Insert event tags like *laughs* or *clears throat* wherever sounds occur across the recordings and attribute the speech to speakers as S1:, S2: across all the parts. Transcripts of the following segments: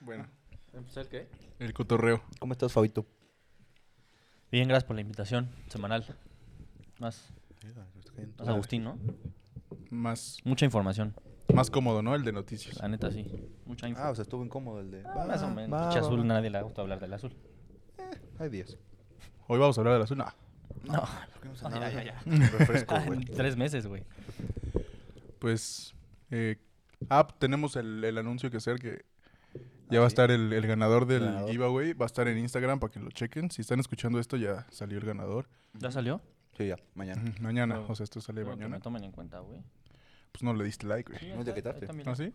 S1: Bueno,
S2: ¿Empezar qué?
S1: el cotorreo.
S3: ¿Cómo estás, Fabito?
S4: Bien, gracias por la invitación semanal. Más, más
S3: Ah.
S4: Agustín, ¿no?
S1: Más,
S4: Mucha información,
S1: más cómodo, ¿no? El de noticias.
S4: la neta, sí. Mucha
S3: Ah, o
S4: información.
S3: sea, estuvo incómodo el de.
S4: Ah,
S3: Ah,
S4: más o menos.
S3: va,
S4: Pinche
S3: va,
S4: azul,
S3: va.
S4: nadie le gusta hablar del azul.
S3: Hay días.
S1: Hoy vamos a hablar de la zona.
S4: No,
S3: nada.
S4: ya, ya,
S3: *laughs* Refresco,
S4: Ah, *laughs*
S3: güey.
S4: en tres meses, güey.
S1: Pues, eh, ah, tenemos el, el anuncio que hacer que ya va a
S3: Ah, sí?
S1: estar el, el ganador del
S3: Ganador.
S1: giveaway. Va a estar en Instagram para que lo chequen. Si están escuchando esto, ya salió el ganador.
S4: ¿Ya salió?
S3: Sí, ya, mañana.
S1: Ujú, Mañana,
S4: Oh.
S1: o sea, esto sale
S4: Espero que
S1: mañana.
S4: me tomen en cuenta, güey.
S1: Pues no le diste like, güey.
S3: No te quitaste.
S1: ¿Ah, sí?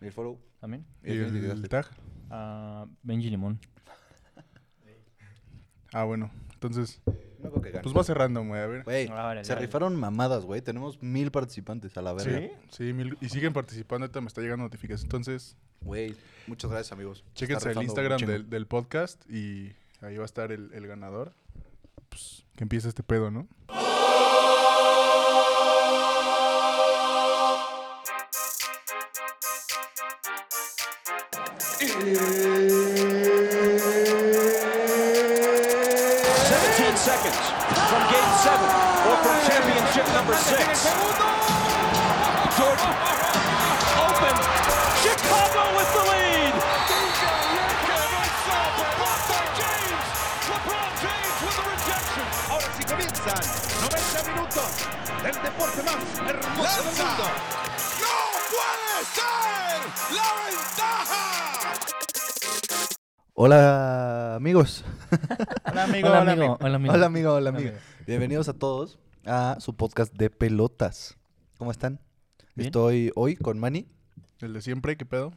S3: Y el follow.
S4: ¿También?
S1: ¿Y el tag?
S4: Ah, Benji Limón.
S1: Ah, bueno. Entonces,
S3: No creo que gane.
S1: pues va cerrando, güey. A ver.
S3: Güey,
S4: Ah, vale,
S3: se
S4: vale.
S3: rifaron mamadas, güey. Tenemos mil participantes a la verga.
S1: Sí, sí, mil- y siguen participando. Ahorita me está llegando notificaciones. Entonces,
S3: Güey, muchas gracias, amigos. Se está
S1: Chéquense el
S3: rifando
S1: Instagram
S3: un chingo.
S1: del, del podcast y ahí va a estar el, el ganador. Pues, que empiece este pedo, ¿no?
S5: from game seven or from championship number six. Jordan open. Chicago with the lead.
S6: Ahora sí comienzan 90 minutos del deporte más hermoso del mundo. ¡No puede ser la ventaja!
S3: Hola, amigos.
S4: Hola, amigo.
S3: Hola,
S4: Hola,
S3: amigo.
S4: amigo. Hola, amigo.
S3: Hola, amigo. Hola,
S4: Hola,
S3: amigo.
S4: amigo.
S3: Bienvenidos a todos a su podcast de pelotas. ¿Cómo están?
S4: Bien.
S3: Estoy hoy con Manny
S1: El de siempre, ¿qué pedo?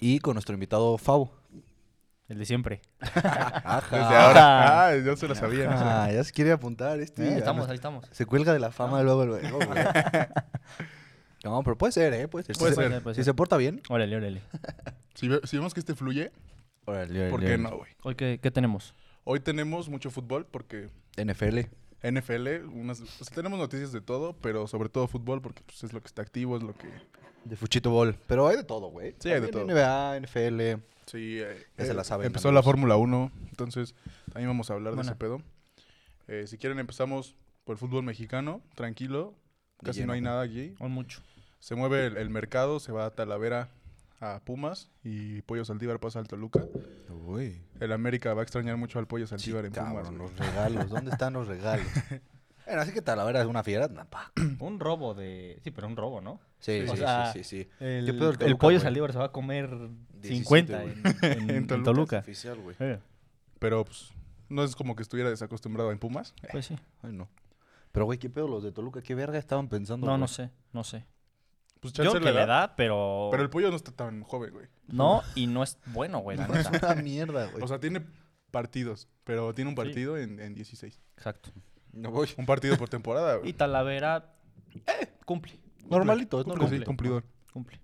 S3: y con nuestro invitado *laughs* Favo.
S4: El de siempre.
S3: Ah,
S4: *laughs*
S3: Ajá.
S1: Desde ahora. Ah, yo se lo sabía. no sé.
S3: Ah, ya se quiere apuntar este.
S4: Eh,
S3: ya
S4: estamos,
S3: no-
S4: ahí estamos.
S3: Se cuelga de la fama luego, luego,
S1: *laughs*
S3: güey. No, pero puede ser, ¿eh? Puede ser.
S1: Puede
S3: si
S1: ser,
S3: Se,
S4: puede
S3: si
S4: ser.
S3: se porta bien.
S4: Pues, Órale, órale.
S1: Si, ve- si vemos que este fluye, ¿por qué no, güey?
S4: Hoy, ¿qué, qué tenemos?
S1: Hoy tenemos mucho fútbol porque
S3: NFL.
S1: NFL, unas, o sea, tenemos noticias de todo, pero sobre todo fútbol porque pues, es lo que está activo, es lo que...
S3: De Fuchito Ball. Pero hay de todo, güey.
S1: Sí, hay de todo.
S3: También NBA, NFL.
S1: Sí, eh,
S3: Ya se
S1: eh,
S3: la saben,
S1: Empezó
S3: amigos.
S1: la Fórmula 1, entonces también vamos a hablar de
S4: Buena.
S1: ese pedo. Eh, si quieren empezamos por el fútbol mexicano, tranquilo.
S3: De
S1: Casi
S3: lleno.
S1: no hay nada aquí.
S4: Hoy mucho.
S1: Se mueve el, el mercado, se va a Talavera a Pumas y Pollo Saldívar pasa al Toluca.
S3: Uy.
S1: El América va a extrañar mucho al Pollo
S3: Sí,
S1: Saldívar en Pumas.
S3: cabrón,
S1: güey.
S3: los regalos. ¿Dónde están
S1: *laughs*
S3: los regalos? Bueno, así que Talavera es una fiera. no, pa.
S4: Un robo de... Sí, pero un robo, ¿no?
S3: Sí,
S4: O
S3: sí,
S4: sea,
S3: sí, sí, sí.
S4: El,
S3: ¿Qué pedo el
S4: el
S3: Toluca,
S4: pollo
S3: güey?
S4: Saldívar se va a comer
S3: 17,
S4: 50
S3: güey.
S4: en, en- en
S1: Toluca.
S4: Toluca.
S3: Oficial, güey.
S4: Eh,
S1: Pero pues, no es como que estuviera desacostumbrado en Pumas.
S4: pues sí.
S3: Ay, no. Pero, güey, ¿qué pedo los de Toluca? ¿Qué verga estaban pensando?
S4: No,
S3: güey?
S4: no
S3: *laughs*
S4: sé, no sé.
S1: Pues
S4: Yo
S1: chance
S4: creo que le da, pero...
S1: Pero el Pollo no está tan joven, güey.
S4: No, y no es bueno, güey, la
S3: Es *laughs*
S4: neta.
S3: una Ah, mierda, güey.
S1: O sea, tiene partidos, pero tiene un partido en, en 16.
S4: Exacto.
S3: no voy.
S1: Un partido por
S4: *laughs*
S1: temporada,
S4: Y
S1: güey.
S4: Talavera... Eh, cumple,
S3: Normalito, es
S1: Cumple,
S3: normal.
S1: sí, cumplidor.
S4: cumple.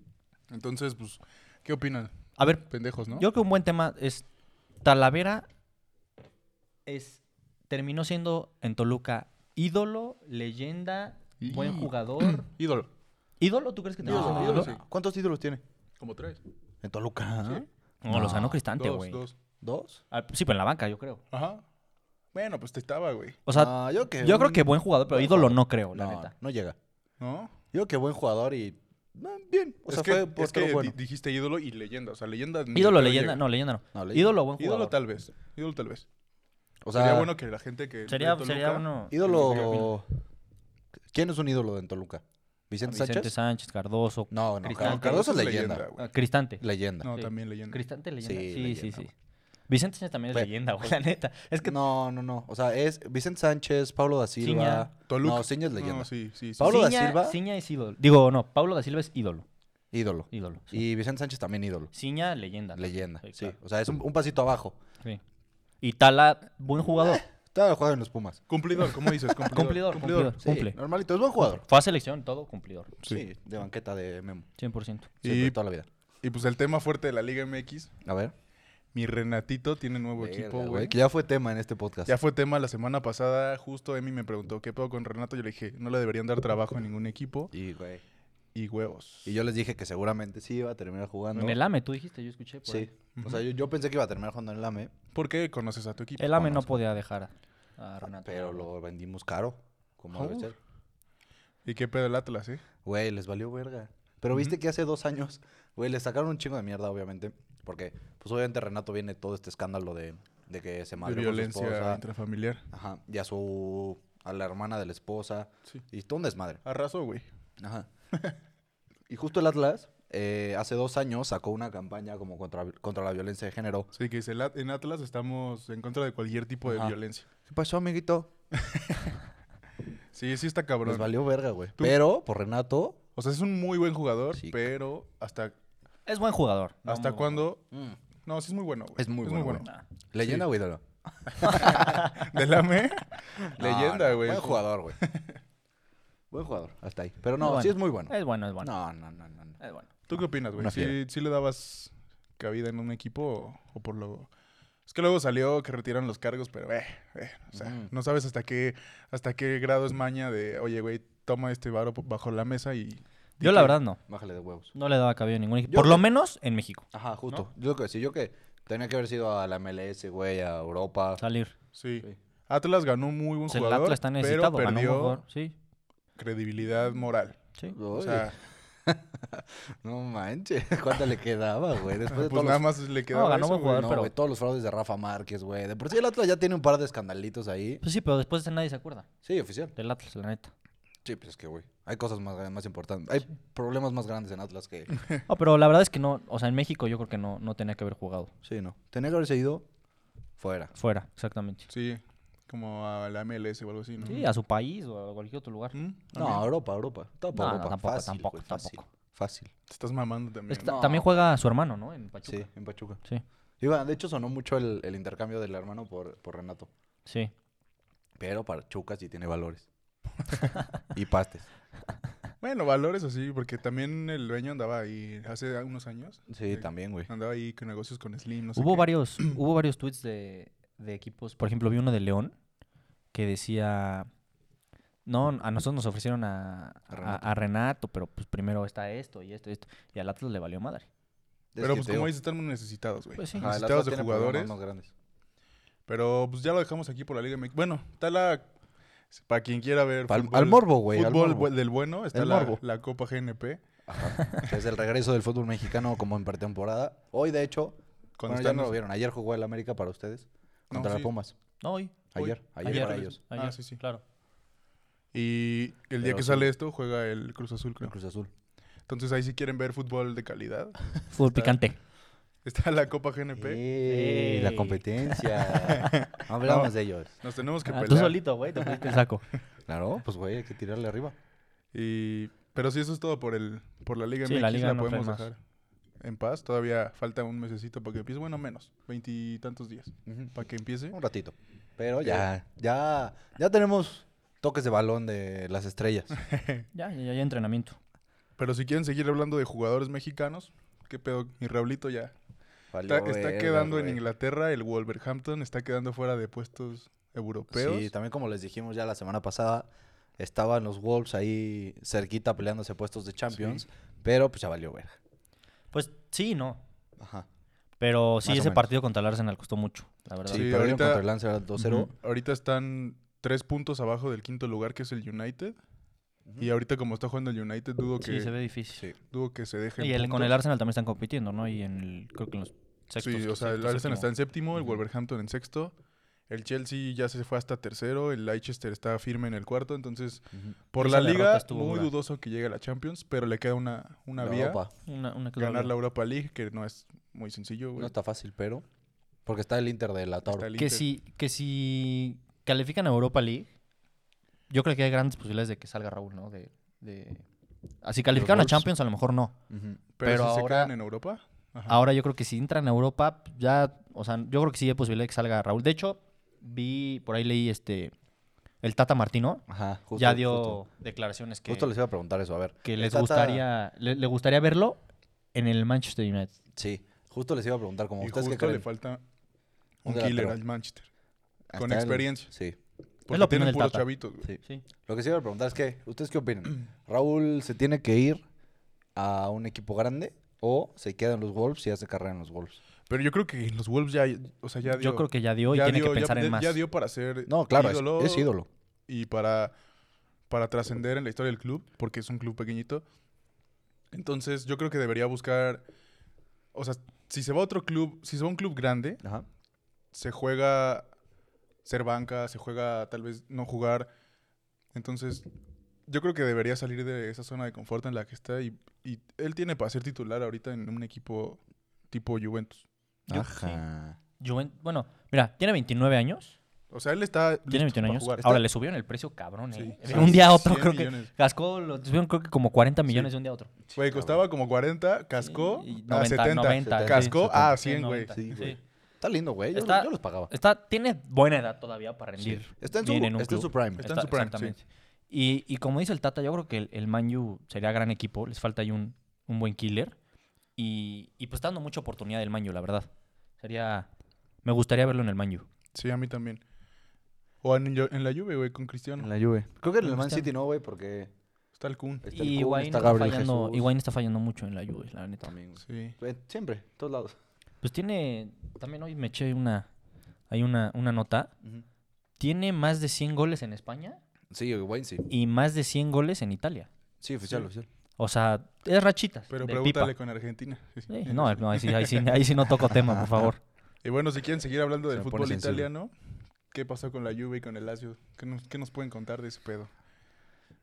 S1: Entonces, pues, ¿qué opinan?
S4: A ver,
S1: Pendejos, ¿no?
S4: Yo creo que un buen tema es Talavera es terminó siendo en Toluca ídolo, leyenda, buen
S1: Y-
S4: jugador.
S1: Ídolo.
S4: ¿Ídolo? ¿Tú crees que terminó
S1: Ídolo,
S4: siendo
S1: ídolo,
S4: ídolo?
S1: sí.
S3: ¿Cuántos títulos tiene?
S1: Como tres.
S3: En Toluca.
S4: No, lo sanó Cristante,
S1: Dos,
S4: güey.
S1: dos.
S3: ¿Dos?
S4: Ah, sí, pero en la banca, yo creo.
S1: Ajá. Bueno, pues te estaba, güey.
S4: O sea,
S3: Ah, yo que
S4: yo creo
S3: un-
S4: que buen jugador, pero
S3: buen
S4: ídolo
S3: jugador.
S4: no creo, la
S3: No,
S4: neta.
S3: no llega.
S1: ¿No?
S3: Yo creo que buen jugador y. ah, Bien. O
S1: es
S3: sea,
S1: que,
S3: fue
S1: es
S3: por
S1: que di-
S3: bueno.
S1: dijiste ídolo y leyenda. O sea, leyenda. ni de
S4: Ídolo,
S1: pedo
S4: leyenda,
S1: llega.
S4: no, leyenda no.
S3: No, leyenda.
S4: ídolo, buen
S1: Ídolo
S4: jugador.
S1: tal vez. Ídolo tal vez.
S3: O sea,
S1: sería bueno que la gente que.
S4: Sería,
S1: ve Toluca-
S4: sería uno...
S3: ídolo. ¿Quién es un ídolo en Toluca? ¿Vicente,
S4: Vicente
S3: Sánchez?
S4: Sánchez, Cardoso.
S3: No, no.
S4: Cristante.
S3: Car- Ah, Cardoso es leyenda.
S1: güey.
S4: ah, Cristante.
S3: Leyenda.
S1: No,
S4: Sí.
S1: también leyenda.
S4: Cristante, leyenda.
S3: Sí,
S4: Sí, sí,
S3: leyenda,
S4: sí.
S3: güey.
S4: Vicente Sánchez también es
S3: Güey.
S4: leyenda, güey, la neta. Es que
S3: No, no, no. O sea, es Vicente Sánchez, Pablo da Silva.
S1: Toluca.
S3: No, Ciña es leyenda.
S1: No, sí, sí. sí.
S3: Pablo da
S4: Ciña-
S3: Silva.
S4: Ciña es ídolo. Digo, no, Pablo da Silva es ídolo.
S3: Ídolo.
S4: Ídolo. sí.
S3: Y Vicente Sánchez también ídolo.
S4: Ciña, leyenda.
S3: Leyenda.
S4: Sí,
S3: Sí.
S4: claro.
S3: O sea, es un, un pasito abajo.
S4: Sí. Y Tala, buen jugador.
S3: Eh, Estaba jugando en los Pumas.
S1: Cumplidor, ¿cómo
S3: *laughs*
S1: dices? Cumplidor.
S4: Cumplidor, cumplidor.
S3: Sí,
S4: Cumple.
S3: Normalito, es buen jugador.
S4: Fue a selección, todo cumplidor.
S3: Sí, de banqueta de Memo.
S4: 100%.
S3: Sí,
S1: Y-
S3: de toda la vida.
S1: Y pues el tema fuerte de la Liga MX.
S3: A ver.
S1: Mi Renatito tiene nuevo
S3: Verga,
S1: equipo,
S3: güey,
S1: güey.
S3: Que ya fue tema en este podcast.
S1: Ya fue tema la semana pasada. Justo Emi me preguntó qué pedo con Renato. Yo le dije, no le deberían dar trabajo a ningún equipo.
S3: Y, güey.
S1: y huevos.
S3: Y yo les dije que seguramente sí iba a terminar jugando.
S4: En el AME, tú dijiste, yo escuché. por
S3: Sí.
S4: ahí.
S3: O sea, yo, yo pensé que iba a terminar jugando en el AME,
S1: ¿Por qué conoces a tu equipo?
S4: El AME no
S1: Conozco.
S4: podía dejar a, a Renato.
S3: pero lo vendimos caro, como
S1: Oh.
S3: debe ser.
S1: ¿Y qué pedo el Atlas, eh?
S3: Güey, les valió verga. Pero viste que hace dos años, güey, le sacaron un chingo de mierda, obviamente. Porque, pues obviamente Renato viene todo este escándalo de, de que se
S1: de
S3: madrió con su
S1: violencia
S3: pues, esposa.
S1: intrafamiliar.
S3: Ajá. Y a su. a la hermana de la esposa.
S1: Sí.
S3: Y todo un desmadre.
S1: Arrasó, güey.
S3: Ajá. *laughs* y justo el Atlas, eh, hace dos años sacó una campaña como contra, contra la violencia de género.
S1: Sí, que dice, "El At- en Atlas estamos en contra de cualquier tipo de
S3: Ajá.
S1: violencia.
S3: ¿Qué pasó, amiguito?
S1: Sí, sí está cabrón.
S3: Les valió verga, güey.
S1: Tú-
S3: Pero, por Renato.
S1: O sea, es un muy buen jugador,
S3: Sí, ca-
S1: pero hasta,
S4: Es buen jugador. No
S1: hasta
S4: muy
S1: cuándo...
S3: Mm.
S1: No, sí es muy bueno, güey.
S3: Es muy bueno,
S4: bueno. Nah.
S3: Leyenda, güey. ídolo?
S1: ¿De la ME?
S3: No,
S1: Leyenda,
S3: no,
S1: güey.
S3: Buen jugador, güey. buen jugador, hasta ahí. Pero no,
S4: Es bueno.
S3: sí es muy bueno.
S4: Es bueno, es bueno.
S3: No, no, no, no. no.
S4: Es bueno.
S1: ¿Tú qué opinas, güey?
S3: Una
S1: ¿Sí,
S3: fiera.
S1: sí le dabas cabida en un equipo o, o por lo...? Es que luego salió que retiraron los cargos, pero eh, eh, o sea,
S4: Mm.
S3: Ujú.
S1: no sabes hasta qué, hasta qué grado es maña de, oye, güey, toma este varo po- bajo la mesa y...
S4: Yo la verdad no.
S3: Bájale de huevos.
S4: No le daba cabida a ningún equipo.
S3: Yo
S4: Por lo
S3: creo-
S4: menos en México.
S3: Ajá, justo. Yo que sí, yo que tenía que haber sido a la MLS, güey, a Europa.
S4: Salir.
S1: Sí.
S3: Sí.
S1: Atlas ganó un muy buen
S4: O sea, el
S1: jugador,
S4: Atlas está
S1: pero
S4: necesitado. ganó un
S1: perdió
S4: jugador. Sí,
S1: credibilidad moral.
S4: sí.
S1: O
S3: Uy,
S1: sea,
S3: no manches, *laughs* ¿cuánto le quedaba, güey? Después
S1: pues
S3: de todos
S1: nada más
S3: los...
S1: le quedaba
S4: ganó
S1: eso,
S4: buen
S1: güey.
S4: jugador.
S3: No,
S4: pero-
S3: güey, todos los fraudes de Rafa Márquez, güey. De por sí el Atlas ya tiene un par de escandalitos ahí.
S4: Pues sí, pero después de ese nadie se acuerda.
S3: Sí, oficial.
S4: Del Atlas, la neta.
S3: Sí, pues es que, güey, hay cosas más, más importantes. Hay problemas más grandes en Atlas que...
S4: No, pero la verdad es que no. O sea, en México yo creo que no, no tenía que haber jugado.
S3: *laughs* Sí, no. Tenía que haberse ido fuera.
S4: Fuera, exactamente.
S1: Sí, como a la MLS o algo así, ¿no?
S3: Mm.
S4: Sí, a su país o a cualquier otro lugar.
S1: ¿Mm?
S3: No, a Europa, a Europa. Tampoco,
S4: No, no,
S3: Europa.
S4: tampoco,
S3: fácil,
S4: tampoco,
S3: güey, fácil,
S4: tampoco.
S3: Fácil.
S1: Te estás mamando también.
S4: Es que ta-
S1: ¿no?
S3: Mm, No.
S4: También juega su hermano, ¿no? En Pachuca.
S3: Sí, en Pachuca.
S4: Sí,
S3: Iba, de hecho, sonó mucho el, el intercambio del hermano por, por Renato.
S4: sí.
S3: Pero Pachuca sí tiene *laughs* valores. y pastes.
S1: Bueno, valores así, porque también el dueño andaba ahí hace unos años.
S3: Sí, también, güey.
S1: Andaba ahí con negocios con Slim, no sé
S4: Hubo
S1: qué. *clears throat*
S4: varios, hubo varios tweets de, de equipos. Por ejemplo, vi uno de León que decía. No, a nosotros nos ofrecieron a, a-
S3: Renato.
S4: a Renato, pero pues primero está esto y esto y esto. Y al Atlas le valió madre.
S1: Pero pues como dices, están muy necesitados, güey.
S4: Pues sí.
S1: Ajá, Necesitados de jugadores.
S3: Más grandes.
S1: Pero pues ya lo dejamos aquí por la Liga MX. Bueno, está la... Para quien quiera ver
S3: Pa'l- al morbo, güey, al
S1: Fútbol
S3: morbo.
S1: bu- del bueno. Está
S3: El
S1: la,
S3: morbo.
S1: la Copa GNP. *laughs*
S3: Ajá. Que es el regreso del fútbol mexicano como en pretemporada. Hoy, de hecho,
S1: Cuando
S3: bueno,
S1: están
S3: ya no
S1: los-
S3: lo vieron. Ayer jugó el América para ustedes
S1: No,
S3: contra las
S1: sí.
S3: Pumas.
S4: No, hoy.
S1: Hoy.
S3: Ayer, ayer,
S4: Ayer.
S3: para ellos.
S1: Ah,
S4: Ayer,
S1: sí, sí.
S4: Claro.
S1: Y el día
S3: Pero
S1: que
S3: sí.
S1: sale esto juega el Cruz Azul,
S3: El
S1: creo.
S3: Cruz Azul.
S1: Entonces ahí si quieren ver fútbol de calidad, *laughs*
S4: Fútbol picante.
S1: está la Copa GNP.
S3: ¡Ey! La
S4: Ey. *laughs*
S3: competencia. Hablamos de ellos.
S1: Nos tenemos que
S4: Ah,
S1: pelear.
S4: tú solito, güey, te pusiste el
S1: *laughs*
S4: saco.
S3: Claro, pues güey, hay que tirarle arriba.
S1: Y, pero sí, eso es todo por el por la Liga
S4: Sí,
S1: MX.
S4: la
S1: La,
S4: Liga no trae
S1: podemos
S4: más.
S1: dejar en paz. Todavía falta un mesecito para que empiece. Bueno, menos. Veintitantos días
S3: Ujú.
S1: para que empiece.
S3: Un ratito. Pero ya, ya, ya tenemos toques de balón de
S1: *laughs*
S3: las estrellas.
S4: Ya, ya, ya hay entrenamiento.
S1: Pero si quieren seguir hablando de jugadores mexicanos, qué pedo. Mi Raulito ya. Está,
S3: Valió
S1: está
S3: verga,
S1: quedando en
S3: güey.
S1: Inglaterra. El Wolverhampton está quedando fuera de puestos europeos.
S3: Sí, también como les dijimos ya la semana pasada, estaban los Wolves ahí cerquita peleándose puestos de Champions, pero pues ya valió verga.
S4: Pues sí, no.
S3: Ajá.
S4: Pero sí,
S3: Más o
S4: ese
S3: menos.
S4: partido contra el Arsenal costó mucho, la verdad.
S3: Sí,
S1: Sí,
S3: perdieron
S1: ahorita-
S3: contra el Lancer al 2-0.
S1: Ujú. Ahorita están tres puntos abajo del quinto lugar, que es el United. Y ahorita como está jugando el United, dudo
S4: Sí,
S1: que
S4: se ve difícil.
S3: Sí.
S1: dudo que se deje. en
S4: Y el- con
S1: puntos.
S4: el Arsenal también están compitiendo, ¿no? Y en el, creo que en los sextos.
S1: sí, o sea, el
S4: sexto,
S1: Arsenal está
S4: séptimo.
S1: en séptimo, el Wolverhampton en sexto, el Chelsea ya se fue hasta tercero, el Leicester está firme en el cuarto, entonces por
S4: Esa
S1: la liga
S4: derrota estuvo
S1: muy
S4: dura.
S1: dudoso que llegue a la Champions, pero le queda una, una
S3: La
S1: vía,
S3: Europa.
S4: Una, una que otra
S1: ganar
S4: vez.
S1: la Europa League, que no es muy sencillo, güey.
S3: No está fácil, pero porque está el Inter de la
S1: Está
S3: Tauro.
S1: el
S4: Que
S1: Inter.
S4: si, que si califican a Europa League, yo creo que hay grandes posibilidades de que salga Raúl, ¿no? De, de... Así calificaron a
S3: Wolves.
S4: Champions, a lo mejor no.
S3: Ujú.
S1: pero,
S4: pero
S1: si se
S4: ahora-
S1: quedan en Europa, Ajá.
S4: Ahora yo creo que si entran a Europa, ya, o sea, yo creo que sí hay posibilidad de que salga Raúl. De hecho, vi, por ahí leí este, el Tata Martino,
S3: Ajá, justo,
S4: ya dio
S3: Justo.
S4: declaraciones que,
S3: Justo les iba a preguntar eso, a ver.
S4: que
S3: el
S4: les
S3: Tata-
S4: gustaría, le, le gustaría verlo en el Manchester United.
S3: Sí, justo les iba a preguntar como
S1: y
S3: ustedes qué
S1: justo le
S3: creen.
S1: falta
S3: Un
S1: un killer
S3: delantero.
S1: al Manchester,
S3: Hasta
S1: con
S3: el-
S1: experiencia,
S3: Sí,
S1: porque
S4: la opinión
S1: tienen
S4: del
S1: puros
S4: Tata.
S1: chavitos, güey.
S3: sí.
S4: Sí.
S1: *clears throat*
S3: Lo que sí iba a preguntar es que, ¿ustedes qué opinan? ¿Raúl se tiene que ir? a un equipo grande o se queda en los Wolves y hace carrera en los Wolves.
S1: Pero yo creo que en los Wolves ya, o sea, ya dio.
S4: Yo creo que ya dio y tiene
S1: dio-
S4: que
S1: ya-
S4: pensar
S1: ya-
S4: en más.
S1: Ya dio para ser
S3: No, claro, es- es, ídolo.
S1: y para, para trascender en la historia del club, porque es un club pequeñito. Entonces, yo creo que debería buscar. O sea, si se va a otro club, si se va a un club grande,
S3: Ajá.
S1: se juega ser banca, se juega tal vez no jugar. Entonces, yo creo que debería salir de esa zona de confort en la que está. Y, y él tiene para ser titular ahorita en un equipo tipo Juventus.
S4: Yo-
S3: Ajá.
S4: Juven- bueno, mira, tiene 29 años.
S1: O sea, él está. listo
S4: Tiene 21
S1: para
S4: años.
S1: jugar.
S4: Ahora le subieron el precio cabrón, ¿eh?
S1: Sí.
S4: De un día a otro,
S1: 100
S4: creo que.
S1: millones.
S4: Cascó, lo subieron creo que como 40 millones de un día a otro.
S1: Güey, costaba como 40, cascó
S4: Ah, Y- y
S1: a
S4: 90,
S1: 70.
S4: 90, sí.
S1: cascó a 100,
S4: 70,
S1: güey.
S4: 90,
S3: Sí, güey.
S4: sí.
S3: Está lindo, güey. Yo,
S4: Está-
S3: yo los pagaba.
S4: Está, tiene buena edad todavía para rendir.
S3: Está en su,
S4: bien un
S3: está en su
S4: club.
S3: prime.
S1: Está en su prime, sí.
S4: Y, y como dice el Tata, yo creo que el, el Man U sería gran equipo. Les falta ahí un, un buen killer. Y, y pues está dando mucha oportunidad el Man U, la verdad. Sería... Me gustaría verlo en el Man U.
S1: Sí, a mí también. O en, en la lluvia, güey, con Cristiano.
S3: En la Juve. Creo que en el Man
S4: Cristiano.
S3: City no, güey, porque
S1: Está el Kun.
S3: está el
S4: Y
S3: Kun,
S4: Higuaín
S3: está
S4: está,
S3: Gabriel
S4: fallando-
S3: Jesús.
S4: Higuaín está fallando mucho en la Juve, la neta.
S3: también. güey.
S1: Sí.
S3: Eh, Siempre, en todos lados.
S4: Pues tiene... También hoy me eché una... Hay una, una nota. Tiene más de 100 goles en España
S3: Sí, Higuaín sí.
S4: y más de 100 goles en Italia.
S3: Sí, oficial, oficial.
S4: O sea, es rachitas.
S1: Pero
S4: del
S1: pregúntale
S4: Pipa.
S1: con Argentina. *laughs*
S4: Sí, no, no, ahí, sí, ahí sí- ahí sí no toco tema, por favor.
S1: Y bueno, si quieren seguir hablando
S3: Se
S1: del
S3: me pone
S1: fútbol
S3: sensible.
S1: italiano, ¿qué pasó con la Juve y con el Lazio? ¿Qué nos, qué nos pueden contar de ese pedo?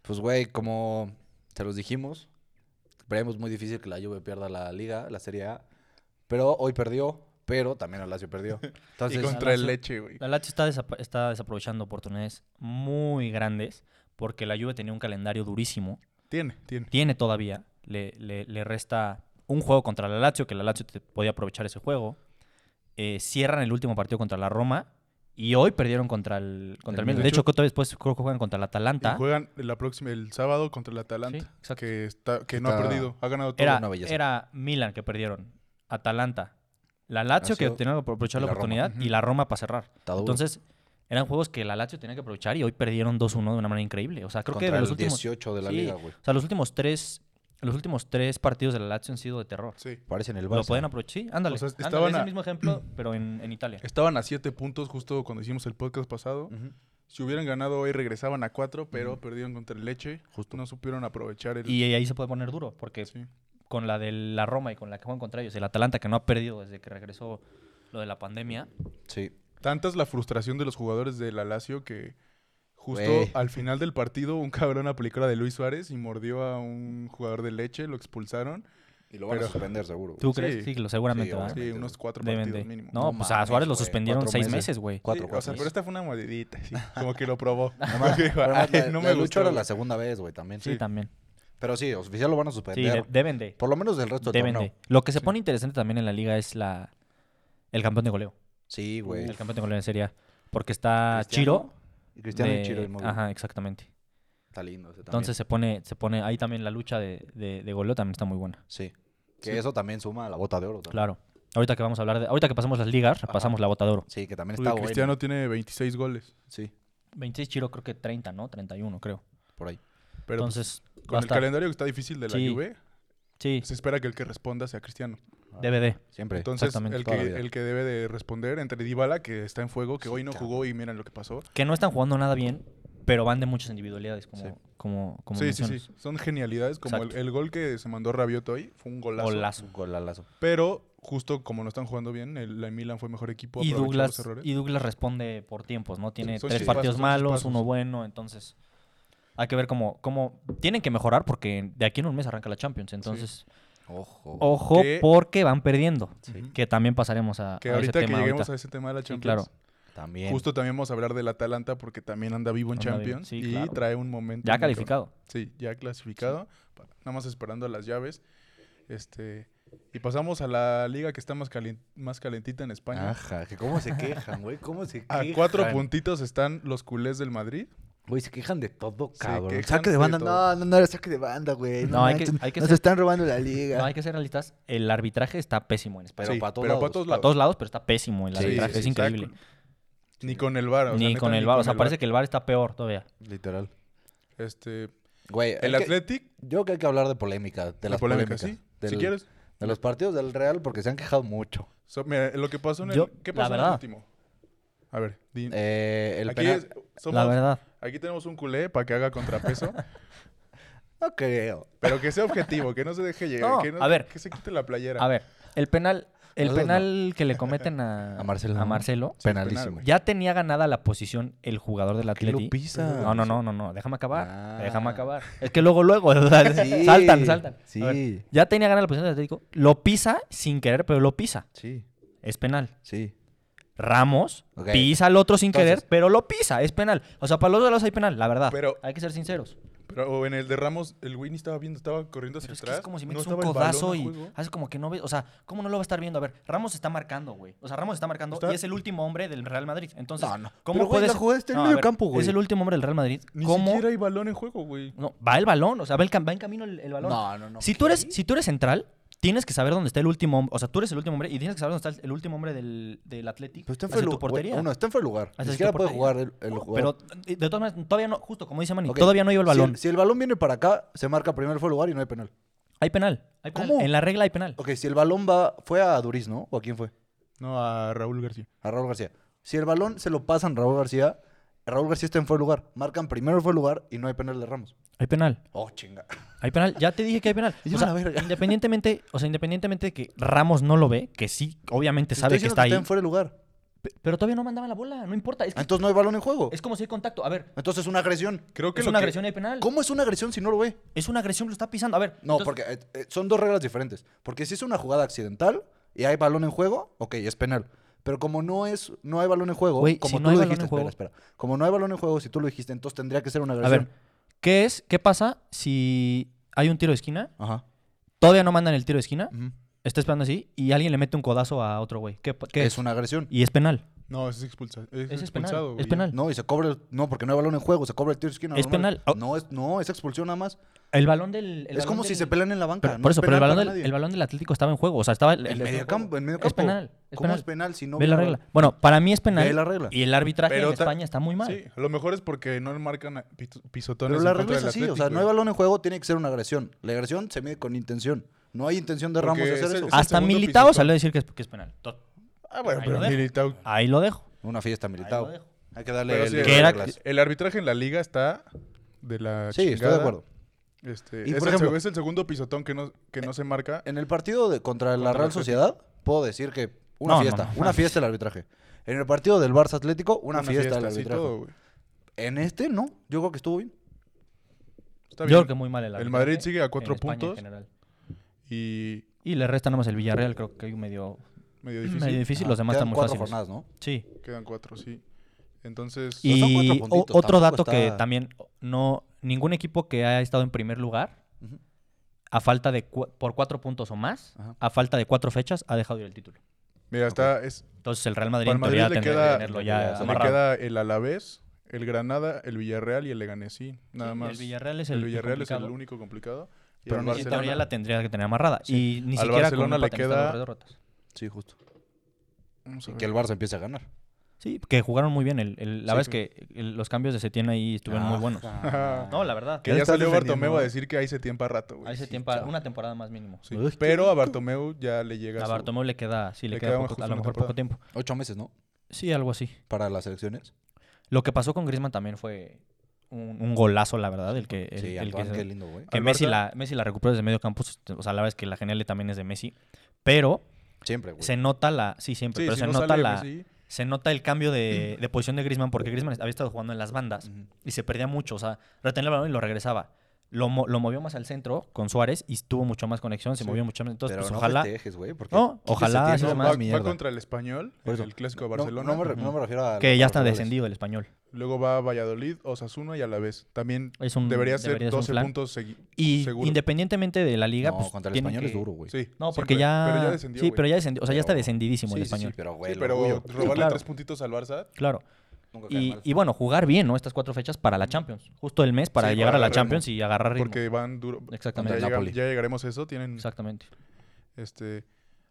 S3: Pues, güey, como se los dijimos, creemos muy difícil que la Juve pierda la Liga, la Serie A. Pero hoy perdió, pero también el Lazio perdió.
S4: *laughs*
S1: y
S3: Entonces,
S1: contra el
S4: Lazio-
S1: Leche, güey.
S4: La Lazio está, desap- está desaprovechando oportunidades muy grandes porque la Juve tenía un calendario durísimo.
S1: Tiene, tiene.
S4: Tiene todavía. Le, le- le resta un juego contra la Lazio, que la Lazio te podía aprovechar ese juego. Eh, cierran el último partido contra la Roma y hoy perdieron contra el, contra el
S3: El
S4: Milan. De hecho, que todavía después creo que juegan contra la Atalanta.
S1: Y juegan la próxima, el sábado contra el
S4: Sí,
S1: Atalanta.
S4: exacto.
S1: que está, que no ha
S3: Está-
S1: perdido. Ha ganado todo.
S4: Era,
S3: una belleza.
S4: era Milan que perdieron, Atalanta, la Lazio que
S3: Lazio
S4: tenía que aprovechar
S3: y
S4: la,
S3: la Roma.
S4: oportunidad y la Roma para cerrar.
S3: Está duro.
S4: Entonces, eran juegos que la Lazio tenía que aprovechar y hoy perdieron 2-1 de una manera increíble. O sea, creo que
S3: Contra
S4: de los
S3: el
S4: últimos
S3: 18 de la
S4: Sí,
S3: Liga, güey.
S4: O sea, los últimos tres los últimos tres partidos de la Lazio han sido de terror.
S1: Sí.
S3: Parecen el Barça.
S4: Lo pueden aprovechar. Sí, ándale.
S1: O sea,
S4: ándale,
S1: estaban
S4: es el
S1: a-
S4: mismo ejemplo, pero en, en Italia.
S1: Estaban a siete puntos justo cuando hicimos el podcast pasado.
S3: Ujú.
S1: Si hubieran ganado hoy, regresaban a cuatro, pero perdieron contra el Leche. Justo. No supieron aprovechar el.
S4: Y ahí se puede poner duro, porque
S1: Sí.
S4: con la de la Roma y con la que juegan contra ellos, el Atalanta que no ha perdido desde que regresó lo de la pandemia,
S3: Sí.
S1: Tanta es la frustración de los jugadores del Alacio que justo
S3: Güey.
S1: al final del partido un cabrón aplicó la de Luis Suárez y mordió a un jugador de leche, lo expulsaron.
S3: Y lo van
S1: Pero-
S3: a suspender, seguro. güey.
S4: ¿Tú
S1: Sí.
S4: crees? Sí, lo- seguramente
S3: Sí,
S4: va.
S3: obviamente.
S1: Sí, unos cuatro
S4: Deben
S1: partidos
S4: de-
S1: mínimo.
S4: No,
S3: No
S4: pues a Suárez lo
S3: mames, güey,
S4: suspendieron
S3: cuatro
S4: seis
S3: meses.
S4: meses, güey.
S1: Sí,
S3: Cuatro,
S1: o sea,
S3: cuatro.
S1: pero esta fue una mordidita,
S3: *laughs*
S1: sí, como que lo probó. *laughs* Dijo,
S3: Pero
S1: "Ay,
S3: además, la-
S1: no
S3: la
S1: me
S3: de Lucho
S1: gustó.
S3: era
S1: güey".
S3: la segunda vez, güey, también.
S4: Sí, también.
S3: Pero sí, oficial lo van a
S4: Sí,
S3: suspender.
S4: de- deben de.
S3: Por lo menos del resto del
S4: Deben
S3: torneo.
S4: de. Lo que se pone interesante también en la liga es la el campeón de goleo.
S3: Sí, güey.
S4: El campeón de goleo en Serie A. Porque está Chiro.
S3: Cristiano Y Cristiano
S4: de-
S3: y Chiro Inmóvil.
S4: Ajá, exactamente.
S3: Está lindo ese también.
S4: Entonces se pone, se pone, ahí también la lucha de, de- de goleo también está muy buena.
S3: Sí. Que eso también suma a la bota de oro. también.
S4: Claro. Ahorita que vamos a hablar de, ahorita que pasamos las ligas, repasamos la bota de oro.
S3: Sí, que también
S1: Uy,
S3: está bueno.
S1: Pues Cristiano tiene 26 goles,
S3: Sí,
S4: 26 Chiro creo que 30, ¿no? 31 creo.
S3: por ahí.
S1: pero pues,
S4: Entonces, va
S1: con
S4: a
S1: el
S4: estar-
S1: calendario que está difícil de la
S4: Sí.
S1: Juve,
S4: sí,
S1: se espera que el que responda sea Cristiano.
S4: DVD.
S3: Siempre.
S1: Entonces,
S4: Exactamente,
S1: el
S3: toda la
S1: que,
S3: vida.
S1: el que debe de responder entre Dybala, que está en fuego, que
S3: Sí,
S1: hoy no
S3: cabrón.
S1: jugó y miren lo que pasó.
S4: Que no están jugando nada bien, pero van de muchas individualidades, como,
S3: Sí.
S4: como, como
S1: Sí, sí, sí.
S4: mencionas.
S1: Son genialidades. Como el,
S4: Exacto.
S1: el gol que se mandó Rabiot hoy fue un golazo.
S4: Golazo.
S3: Un golalazo.
S1: Pero justo como no están jugando bien, el, el Milan fue mejor equipo.
S4: Y
S1: aprovechó los
S4: Douglas,
S1: errores.
S4: y Douglas responde por tiempos, ¿no? Tiene
S1: Son
S4: tres
S1: chispazos,
S4: partidos
S1: son
S4: malos,
S1: chispazos.
S4: uno bueno, entonces hay que ver cómo, cómo tienen que mejorar porque de aquí en un mes arranca la Champions, entonces
S3: Ojo.
S4: ojo
S1: Que-
S4: porque van perdiendo,
S1: Sí.
S4: que también pasaremos a,
S1: que
S4: a ese
S1: ahorita que
S4: tema
S1: lleguemos
S4: ahorita.
S1: a ese tema de la
S4: Sí,
S1: Champions,
S4: claro.
S3: También.
S1: justo también vamos a hablar del Atalanta porque también anda vivo en
S4: Anda bien,
S1: Champions
S4: sí,
S1: y
S4: claro.
S1: trae un momento.
S4: Ya calificado.
S1: Sí, ya clasificado. pa- Nada más esperando las llaves. Este y pasamos a la liga que está más, calien- más calentita en España.
S3: Ajá. Que cómo se quejan, güey. Cómo se
S1: A
S4: Ah,
S3: quejan.
S1: cuatro puntitos están los culés del Madrid.
S3: Güey, se quejan de todo, cabrón.
S1: quejan
S3: saque
S1: de
S3: de banda.
S1: todo.
S3: No, no, no era saque de banda, güey. No,
S4: No, hay que-
S3: manches,
S4: hay que
S3: Nos
S4: ser-
S3: están robando la
S4: No,
S3: liga.
S4: hay que ser realistas, el arbitraje está pésimo en España.
S3: Pero
S1: Sí,
S3: para todos
S1: pero
S3: lados.
S1: pa' todos
S4: A
S1: lados.
S4: todos lados, pero está pésimo el
S3: Sí,
S4: arbitraje,
S3: sí,
S4: es
S3: sí,
S1: está
S4: increíble.
S1: Ni con el VAR. o sea,
S4: ni
S1: neta,
S4: con el VAR, o
S1: con
S4: sea,
S1: el
S4: parece
S1: VAR.
S4: que el VAR está peor todavía.
S3: Literal.
S1: Este,
S3: Güey,
S1: El
S3: hay que-
S1: Athletic,
S3: yo creo que hay que hablar de polémica. De,
S1: la
S3: las
S1: polémica,
S3: polémicas.
S1: sí.
S3: del-
S1: si quieres.
S3: De los partidos del Real porque se han quejado mucho.
S1: So- mira, lo que pasó en el,
S4: Yo-
S1: ¿qué
S4: la
S1: pasó en el
S4: verdad.
S1: último? A ver, di-
S3: Eh, el
S1: aquí,
S3: penal-
S1: es-
S4: La
S1: somos-
S4: verdad.
S1: aquí tenemos un culé para que haga contrapeso,
S3: No creo.
S1: pero que sea objetivo, que no se deje llegar,
S4: No,
S1: que, no-
S4: a ver.
S1: que se quite la playera.
S4: A ver, el penal, el
S3: Nosotros
S4: penal que le cometen a,
S3: A Marcelo, ¿no?
S4: Marcelo,
S3: Penalísimo.
S1: güey.
S4: ya tenía ganada la posición el jugador del
S3: ¿Qué lo
S4: Atleti.
S3: pisa?
S4: No, no, no, no, no, déjame acabar,
S3: Ah.
S4: déjame acabar. Es que luego, luego, *laughs* o sea,
S3: Sí,
S4: saltan, saltan. A
S3: sí.
S4: ver, ya tenía ganada la posición del Atlético, lo pisa sin querer, pero lo pisa,
S3: Sí,
S4: es penal.
S3: sí.
S4: Ramos
S3: Ok.
S4: pisa al otro sin
S3: Entonces-
S4: querer, pero lo pisa, es penal. O sea, para los dos lados hay penal, la verdad.
S1: Pero-
S4: hay que ser sinceros.
S1: Pero o en el de Ramos, el güey ni estaba viendo, estaba corriendo hacia
S4: Pero es que
S1: atrás.
S4: es como si
S1: no
S4: metes un
S1: estaba el balón
S4: codazo
S1: en
S4: y
S1: juego.
S4: haces como que no ves. O sea, ¿cómo no lo va a estar viendo? A ver, Ramos está marcando, güey. O sea, Ramos está marcando
S1: Está-
S4: y es el último hombre del Real Madrid. Entonces,
S3: No, no.
S4: ¿cómo
S3: Pero, güey,
S4: puedes...?
S3: la jugada está en
S4: a
S3: medio
S4: ver,
S3: campo, güey.
S4: Es el último hombre del Real Madrid.
S1: Ni
S4: ¿Cómo...?
S1: siquiera hay balón en juego, güey.
S4: No, va el balón. O sea, va, el cam- va en camino el, el balón.
S3: No, no, no.
S4: si, tú eres, si tú eres central, tienes que saber dónde está el último hombre. O sea, tú eres el último hombre y tienes que saber dónde está el último hombre del, del Atlético.
S3: Pero está en
S4: hacia
S3: fuera
S4: tu portería.
S3: No, está en fuera de lugar. Ni
S4: Hacia tu
S3: siquiera puede
S4: portería.
S3: jugar el, el
S4: No,
S3: jugador.
S4: Pero, de de todas maneras, todavía no... Justo como dice Manny,
S3: Ok.
S4: todavía no iba el
S3: Si
S4: balón.
S3: Si el balón viene para acá, se marca primero el fuera de lugar y no hay penal.
S4: Hay penal. Hay penal.
S3: ¿Cómo?
S4: En la regla hay penal.
S3: Ok, si el balón va, fue a Duriz, ¿no? ¿O a quién fue?
S1: No, a Raúl García.
S3: A Raúl García. Si el balón se lo pasan a Raúl García, Raúl García está en fuera de lugar. Marcan primero el fuera de lugar y no hay penal de Ramos.
S4: Hay penal.
S3: Oh, chinga.
S4: Hay penal, ya te dije que hay
S3: *laughs*
S4: penal.
S3: Y
S4: O
S3: yo,
S4: sea,
S3: la verga.
S4: independientemente, o sea, independientemente de que Ramos no lo ve, que sí, obviamente sabe que
S3: Estoy diciendo
S4: está ahí,
S3: Está en fuera de lugar.
S4: pe- pero todavía no mandaba la bola, no importa, es, que
S3: Ah, Entonces no hay balón en juego.
S4: es como si hay contacto. A ver,
S3: Entonces es una agresión.
S1: Creo que
S4: es
S1: lo
S4: una
S1: que-
S4: agresión y hay penal.
S3: ¿Cómo es una agresión si no lo ve?
S4: Es una agresión lo está pisando. A ver,
S3: No,
S4: entonces-
S3: porque eh, eh, son dos reglas diferentes. Porque si es una jugada accidental y hay balón en juego, ok, es penal. Pero como no es, no hay balón en juego,
S4: Güey,
S3: como
S4: si no
S3: tú
S4: hay
S3: lo
S4: balón en
S3: dijiste, espera,
S4: juego-
S3: espera. Como no hay balón en juego, si tú lo dijiste, entonces tendría que ser una
S4: a
S3: agresión.
S4: ver, ¿qué es qué pasa si hay un tiro de esquina?
S3: Ajá.
S4: Todavía no mandan el tiro de esquina,
S3: Ujú.
S4: está esperando así y alguien le mete un codazo a otro güey. ¿Qué, pa- qué
S3: Es una agresión.
S4: Y es penal.
S1: No, es expulsado.
S4: Ese
S1: Es,
S4: es penal,
S1: expulsado,
S4: es
S1: güey.
S4: penal.
S3: No, y se cobra. el- No, porque no hay balón en juego, se cobra el tiro de esquina.
S4: Es
S3: normal.
S4: penal. Oh.
S3: No, es, no, es expulsión nada más.
S4: El balón del el
S3: es como
S4: balón
S3: si
S4: del-
S3: se pelean en la banca.
S4: Pero-
S3: no
S4: por
S3: es
S4: eso, pero el
S3: penal
S4: balón,
S3: para
S4: del,
S3: nadie.
S4: el balón del Atlético estaba en juego. O sea, estaba el,
S3: En
S4: el-
S3: medio campo, en medio
S4: Es
S3: campo.
S4: penal. Es
S3: ¿Cómo
S4: penal.
S3: es penal si no
S4: Ve la
S3: el
S4: regla.
S3: balón?
S4: Bueno, para mí es penal.
S3: Ve la regla.
S4: Y el arbitraje
S1: Pero
S4: en
S1: ta-
S4: España está muy mal.
S1: Sí, a lo mejor es porque no marcan a- pito- pisotones.
S3: Pero
S1: en
S3: la
S1: contra
S3: regla es
S1: del eh.
S3: así, o
S1: Athletic,
S3: sea, no hay
S1: güey.
S3: balón en juego, tiene que ser una agresión. La agresión se mide con intención. No hay intención de
S1: Porque
S3: Ramos de
S1: es
S3: hacer
S1: el-
S3: eso.
S1: es el-
S4: Hasta
S1: segundo
S4: Militao
S1: pisotón.
S4: salió a decir que es, que es penal. To-
S1: Ah, bueno,
S4: Ahí
S1: pero
S4: lo dejo.
S1: Militao.
S4: Ahí lo dejo.
S3: Una fiesta
S4: Ahí lo
S3: militar.
S4: dejo.
S3: Hay que darle
S1: Pero
S3: el
S1: sí,
S3: libro
S4: Que
S3: de
S4: era-
S3: reglas.
S1: el arbitraje en la liga está de la
S3: Sí, estoy de
S1: chingada.
S3: acuerdo.
S1: Este,
S3: Y,
S1: es,
S3: por
S1: el, seg-
S3: ejemplo-
S1: es el segundo pisotón que no, que no se marca.
S3: En el partido de contra la
S1: Contra
S3: Real
S1: el Atleti.
S3: Sociedad, puedo decir que una
S4: No, no,
S3: fiesta,
S4: no,
S3: una
S4: mames.
S3: fiesta el arbitraje. En el partido del Barça Atlético, una, fiesta, el
S1: sí,
S3: arbitraje.
S1: todo, güey.
S3: en este, no. Yo creo que estuvo bien.
S1: Está
S4: Yo
S1: bien.
S4: creo que muy mal el
S1: El
S4: arbitraje
S1: Madrid sigue a cuatro
S4: en España en
S1: puntos.
S4: general.
S1: Y
S4: Y le resta nomás el Villarreal, creo que hay un medio
S1: medio difícil.
S4: medio difícil.
S3: Ajá.
S4: Los demás
S3: Ah, Quedan
S4: están muy
S3: cuatro
S4: fáciles.
S3: jornadas, ¿no?
S4: Sí.
S1: Quedan cuatro, sí. Entonces,
S3: son cuatro
S4: Y o-
S3: puntitos,
S4: otro dato
S3: tampoco
S4: que
S3: está-
S4: también no ningún equipo que haya estado en primer lugar
S3: Ujú.
S4: a falta de cua- por cuatro puntos o más,
S3: Ajá.
S4: a falta de cuatro fechas, ha dejado ir el título.
S1: mira, está, es,
S4: Entonces el Real Madrid,
S1: Para
S4: en
S1: el Madrid
S4: teoría
S1: le
S4: tendría
S1: queda-
S4: que tenerlo ya
S3: le
S1: le
S4: amarrado.
S1: queda el Alavés, el Granada, el Villarreal y el Leganés, sí. Nada
S4: Sí,
S1: más.
S4: El Villarreal es el,
S1: Villarreal es el
S4: complicado.
S1: único complicado. Y
S3: Pero
S1: al
S3: ni
S4: Y en teoría
S1: Barcelona,
S4: la tendría que tener amarrada. Y ni siquiera
S1: Al
S4: con
S1: Barcelona
S4: un
S1: le
S4: empate
S1: queda-
S4: necesitan dos derrotas.
S3: Sí, justo.
S1: vamos a
S3: Y
S1: ver.
S3: que el Barça empiece a ganar.
S4: Sí, que jugaron muy bien. el- el- la
S1: Sí,
S4: verdad es que el- los cambios de Setién ahí estuvieron muy buenos.
S3: Ajá.
S4: No, la verdad.
S1: Que
S3: Ya
S1: ya
S3: estás
S1: salió
S3: defendiendo,
S1: Bartomeu a
S3: ¿eh?
S1: decir que ahí se tiempa rato, güey.
S4: Ahí se
S1: Sí,
S4: tiempa
S1: chao.
S4: una temporada más mínimo.
S1: Sí.
S3: Uy, qué
S1: Pero a Bartomeu ya le llega
S4: A
S1: su-
S4: Bartomeu le queda, sí, le,
S1: le
S4: queda,
S1: queda
S4: poco-
S1: justo
S4: a lo
S1: una
S4: mejor poco tiempo.
S3: Ocho meses, ¿no?
S4: Sí, algo así.
S3: Para las elecciones.
S4: Lo que pasó con Griezmann también fue un, un golazo, la verdad, el que, el,
S3: sí,
S4: el que
S3: Antoine,
S4: se-
S3: qué lindo, güey.
S4: que
S1: Al
S4: Messi
S1: Barça.
S4: la, Messi la recuperó desde medio campo. O sea, la verdad es que la genial también es de Messi. Pero
S3: Siempre, güey.
S4: se nota la. Sí, siempre.
S1: Sí,
S4: pero
S1: si
S4: se
S1: no
S4: nota
S1: sale
S4: la.
S1: Messi, Mm.
S4: se nota el cambio de, de posición de Griezmann porque Griezmann había estado jugando en las bandas
S3: Ujú.
S4: y se perdía mucho, o sea, retenía el balón y lo regresaba. Lo, mo- lo movió más al centro con Suárez y tuvo mucho más conexión, se
S1: Sí.
S4: movió mucho más. Entonces,
S3: Pero
S4: pues
S3: no
S4: ojalá.
S3: festejes, güey. porque
S4: No,
S3: Quique
S4: ojalá
S3: Setién
S4: eso
S1: No,
S3: es
S4: más
S1: va, va
S3: mierda.
S1: contra el español,
S3: Por eso.
S1: el clásico de
S3: No,
S1: Barcelona.
S3: No, me, re- no me refiero a...
S4: que
S3: a
S4: ya
S3: los
S4: está
S3: rivales.
S4: descendido el español.
S1: Luego va Valladolid, Osasuna y Alavés. También
S4: Es un-
S1: debería ser
S4: debería ser un
S1: 12
S4: plan.
S1: puntos segui-
S4: Y
S1: seguro.
S4: independientemente de la liga,
S3: No,
S4: pues.
S3: contra el
S4: tienen
S3: español es
S4: que-
S3: duro, güey.
S1: Sí,
S4: No, porque
S1: siempre.
S4: ya.
S1: Pero ya descendió,
S4: sí,
S1: güey.
S4: pero ya descendió. O sea, ya está
S3: Pero-
S4: descendidísimo
S3: Sí,
S4: el
S3: sí, sí,
S4: español.
S3: pero, güey,
S1: Sí,
S3: el
S1: pero
S3: orgullo.
S1: robarle
S4: claro.
S1: tres puntitos al Barça.
S4: Claro.
S3: Nunca cae
S4: Y,
S3: mal.
S4: y bueno, jugar bien, ¿no? Estas cuatro fechas para la Champions. Justo el mes para
S1: Sí,
S4: llegar
S1: para
S4: a la
S1: agarrar
S4: Champions y agarrar ritmo.
S1: Porque van duro.
S4: Exactamente.
S1: Ya, llega-
S3: Napoli.
S1: ya llegaremos a eso. Tienen
S4: Exactamente.
S1: este.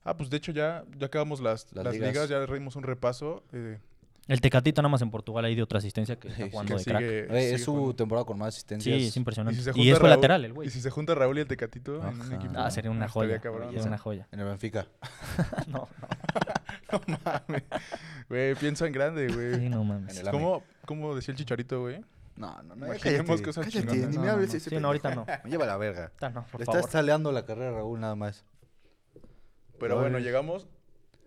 S1: Ah, pues de hecho ya, ya acabamos las,
S3: Las
S1: las,
S3: ligas.
S1: ligas. ya reímos un repaso. eh,
S4: El Tecatito nada más en Portugal ahí de otra asistencia que está
S3: sí,
S4: jugando
S1: Que
S4: de crack.
S1: sigue,
S3: Güey,
S1: sigue
S3: Eh, es su
S1: jugando.
S3: temporada con más
S4: Sí,
S3: asistencias.
S4: es impresionante.
S1: si
S4: Y,
S1: se junta
S4: es
S1: Raúl-
S4: colateral el güey.
S1: Y si se junta Raúl y el Tecatito en un
S3: Ajá.
S1: equipo.
S4: Ah, sería una
S1: estaría
S4: joya.
S1: cabrón,
S4: sería
S1: ¿no?
S4: una joya. *laughs*
S3: En el Benfica.
S4: no, no.
S1: No mames. Güey, piensa en grande,
S4: Sí,
S1: güey.
S4: no mames.
S3: En el AME.
S1: ¿Cómo, ¿Cómo decía el chicharito, güey?
S3: No, no, no. ya
S1: Imaginemos
S3: cállate.
S1: cosas
S3: Cállate,
S1: chingonas.
S3: ni
S4: No,
S3: me
S4: no,
S3: hables
S4: no.
S3: de ese
S4: Sí, no,
S3: pendejo.
S4: ahorita no.
S3: Me lleva la verga.
S4: Ahorita no, por
S3: Le
S4: favor.
S3: estás taleando la carrera a Raúl nada más.
S1: Pero bueno,
S3: Ay.
S1: llegamos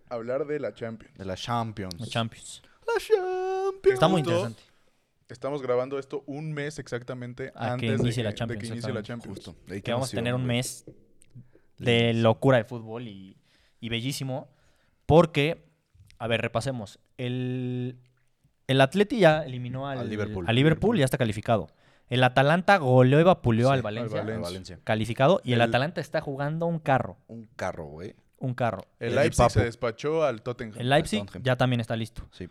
S1: a hablar de la Champions.
S3: De la Champions.
S4: Los Champions.
S3: La Champions.
S4: Está muy
S1: Justo
S4: interesante.
S1: Estamos grabando esto un mes exactamente
S4: A que
S1: antes de
S4: inicie la
S1: de
S4: Champions,
S1: que inicie la
S4: exactamente.
S1: Champions.
S3: Justo. Ey, qué
S4: Que vamos a
S3: emoción,
S4: tener un
S3: güey.
S4: mes de locura de fútbol y, y bellísimo. Porque, a ver, repasemos. El, el Atleti ya eliminó al,
S3: Al Liverpool.
S4: al Liverpool, ya está calificado. El Atalanta goleó y vapuleó al Valencia.
S1: Valencia.
S3: Ah, Valencia.
S4: Calificado. Y el,
S1: El-
S4: Atalanta está jugando un carro.
S3: Un carro, güey.
S4: Un carro.
S1: El
S3: El
S1: Leipzig se
S3: Papu.
S1: despachó al Tottenham.
S4: El Leipzig
S3: Tottenham.
S4: ya también está listo.
S3: Sí.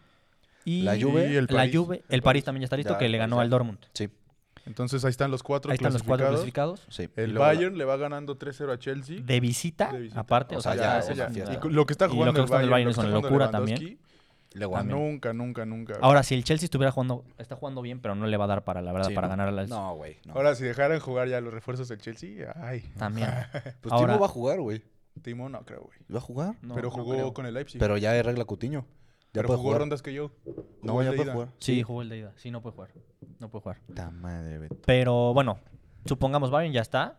S4: Y
S3: La Juve.
S1: Y el
S4: la
S1: París.
S4: Juve- el París también ya está listo,
S3: Ya,
S4: que le
S3: el París
S4: ganó
S3: ya.
S4: al Dortmund.
S3: Sí.
S1: Entonces ahí están los cuatro
S4: Ahí están los cuatro
S1: clasificados.
S4: clasificados.
S3: Sí. Y
S1: El
S3: luego la-
S1: Bayern le va ganando 3-0 a Chelsea.
S4: De visita,
S1: De visita.
S4: aparte.
S3: O
S4: O,
S3: sea,
S4: sea,
S3: ya,
S4: está-
S3: o sea,
S4: está-
S3: fiesta.
S1: Y cu- lo que está
S4: Y lo
S1: jugando
S4: que está jugando el Bayern es
S1: lo que
S4: una
S1: está jugando
S4: locura también.
S1: Lewandowski,
S3: Luego a mí.
S1: Nunca, nunca, nunca. güey.
S4: Ahora, si el Chelsea estuviera jugando, está jugando bien, pero no le va a dar para, la verdad,
S3: Sí,
S4: para
S3: no.
S4: ganar a la
S3: No, güey. no.
S1: Ahora, si dejaran jugar ya los refuerzos del Chelsea, ay,
S4: También.
S3: Pues
S4: ahora-
S3: Timo va a jugar, güey.
S1: Timo no creo, güey.
S3: ¿Va a jugar?
S4: No,
S1: Pero
S4: no
S1: jugó
S4: creo.
S1: con el Leipzig.
S3: Pero ya es regla Cutiño. Ya
S1: Pero
S3: puede
S1: jugó
S3: jugar.
S1: rondas que yo.
S3: No,
S1: Jugó el
S3: ya
S1: de
S3: puede
S1: ida.
S3: jugar.
S4: Sí, jugó el de ida. Sí, no puede jugar. No puede jugar.
S3: Puta madre, güey.
S4: Pero bueno, supongamos Bayern ya está.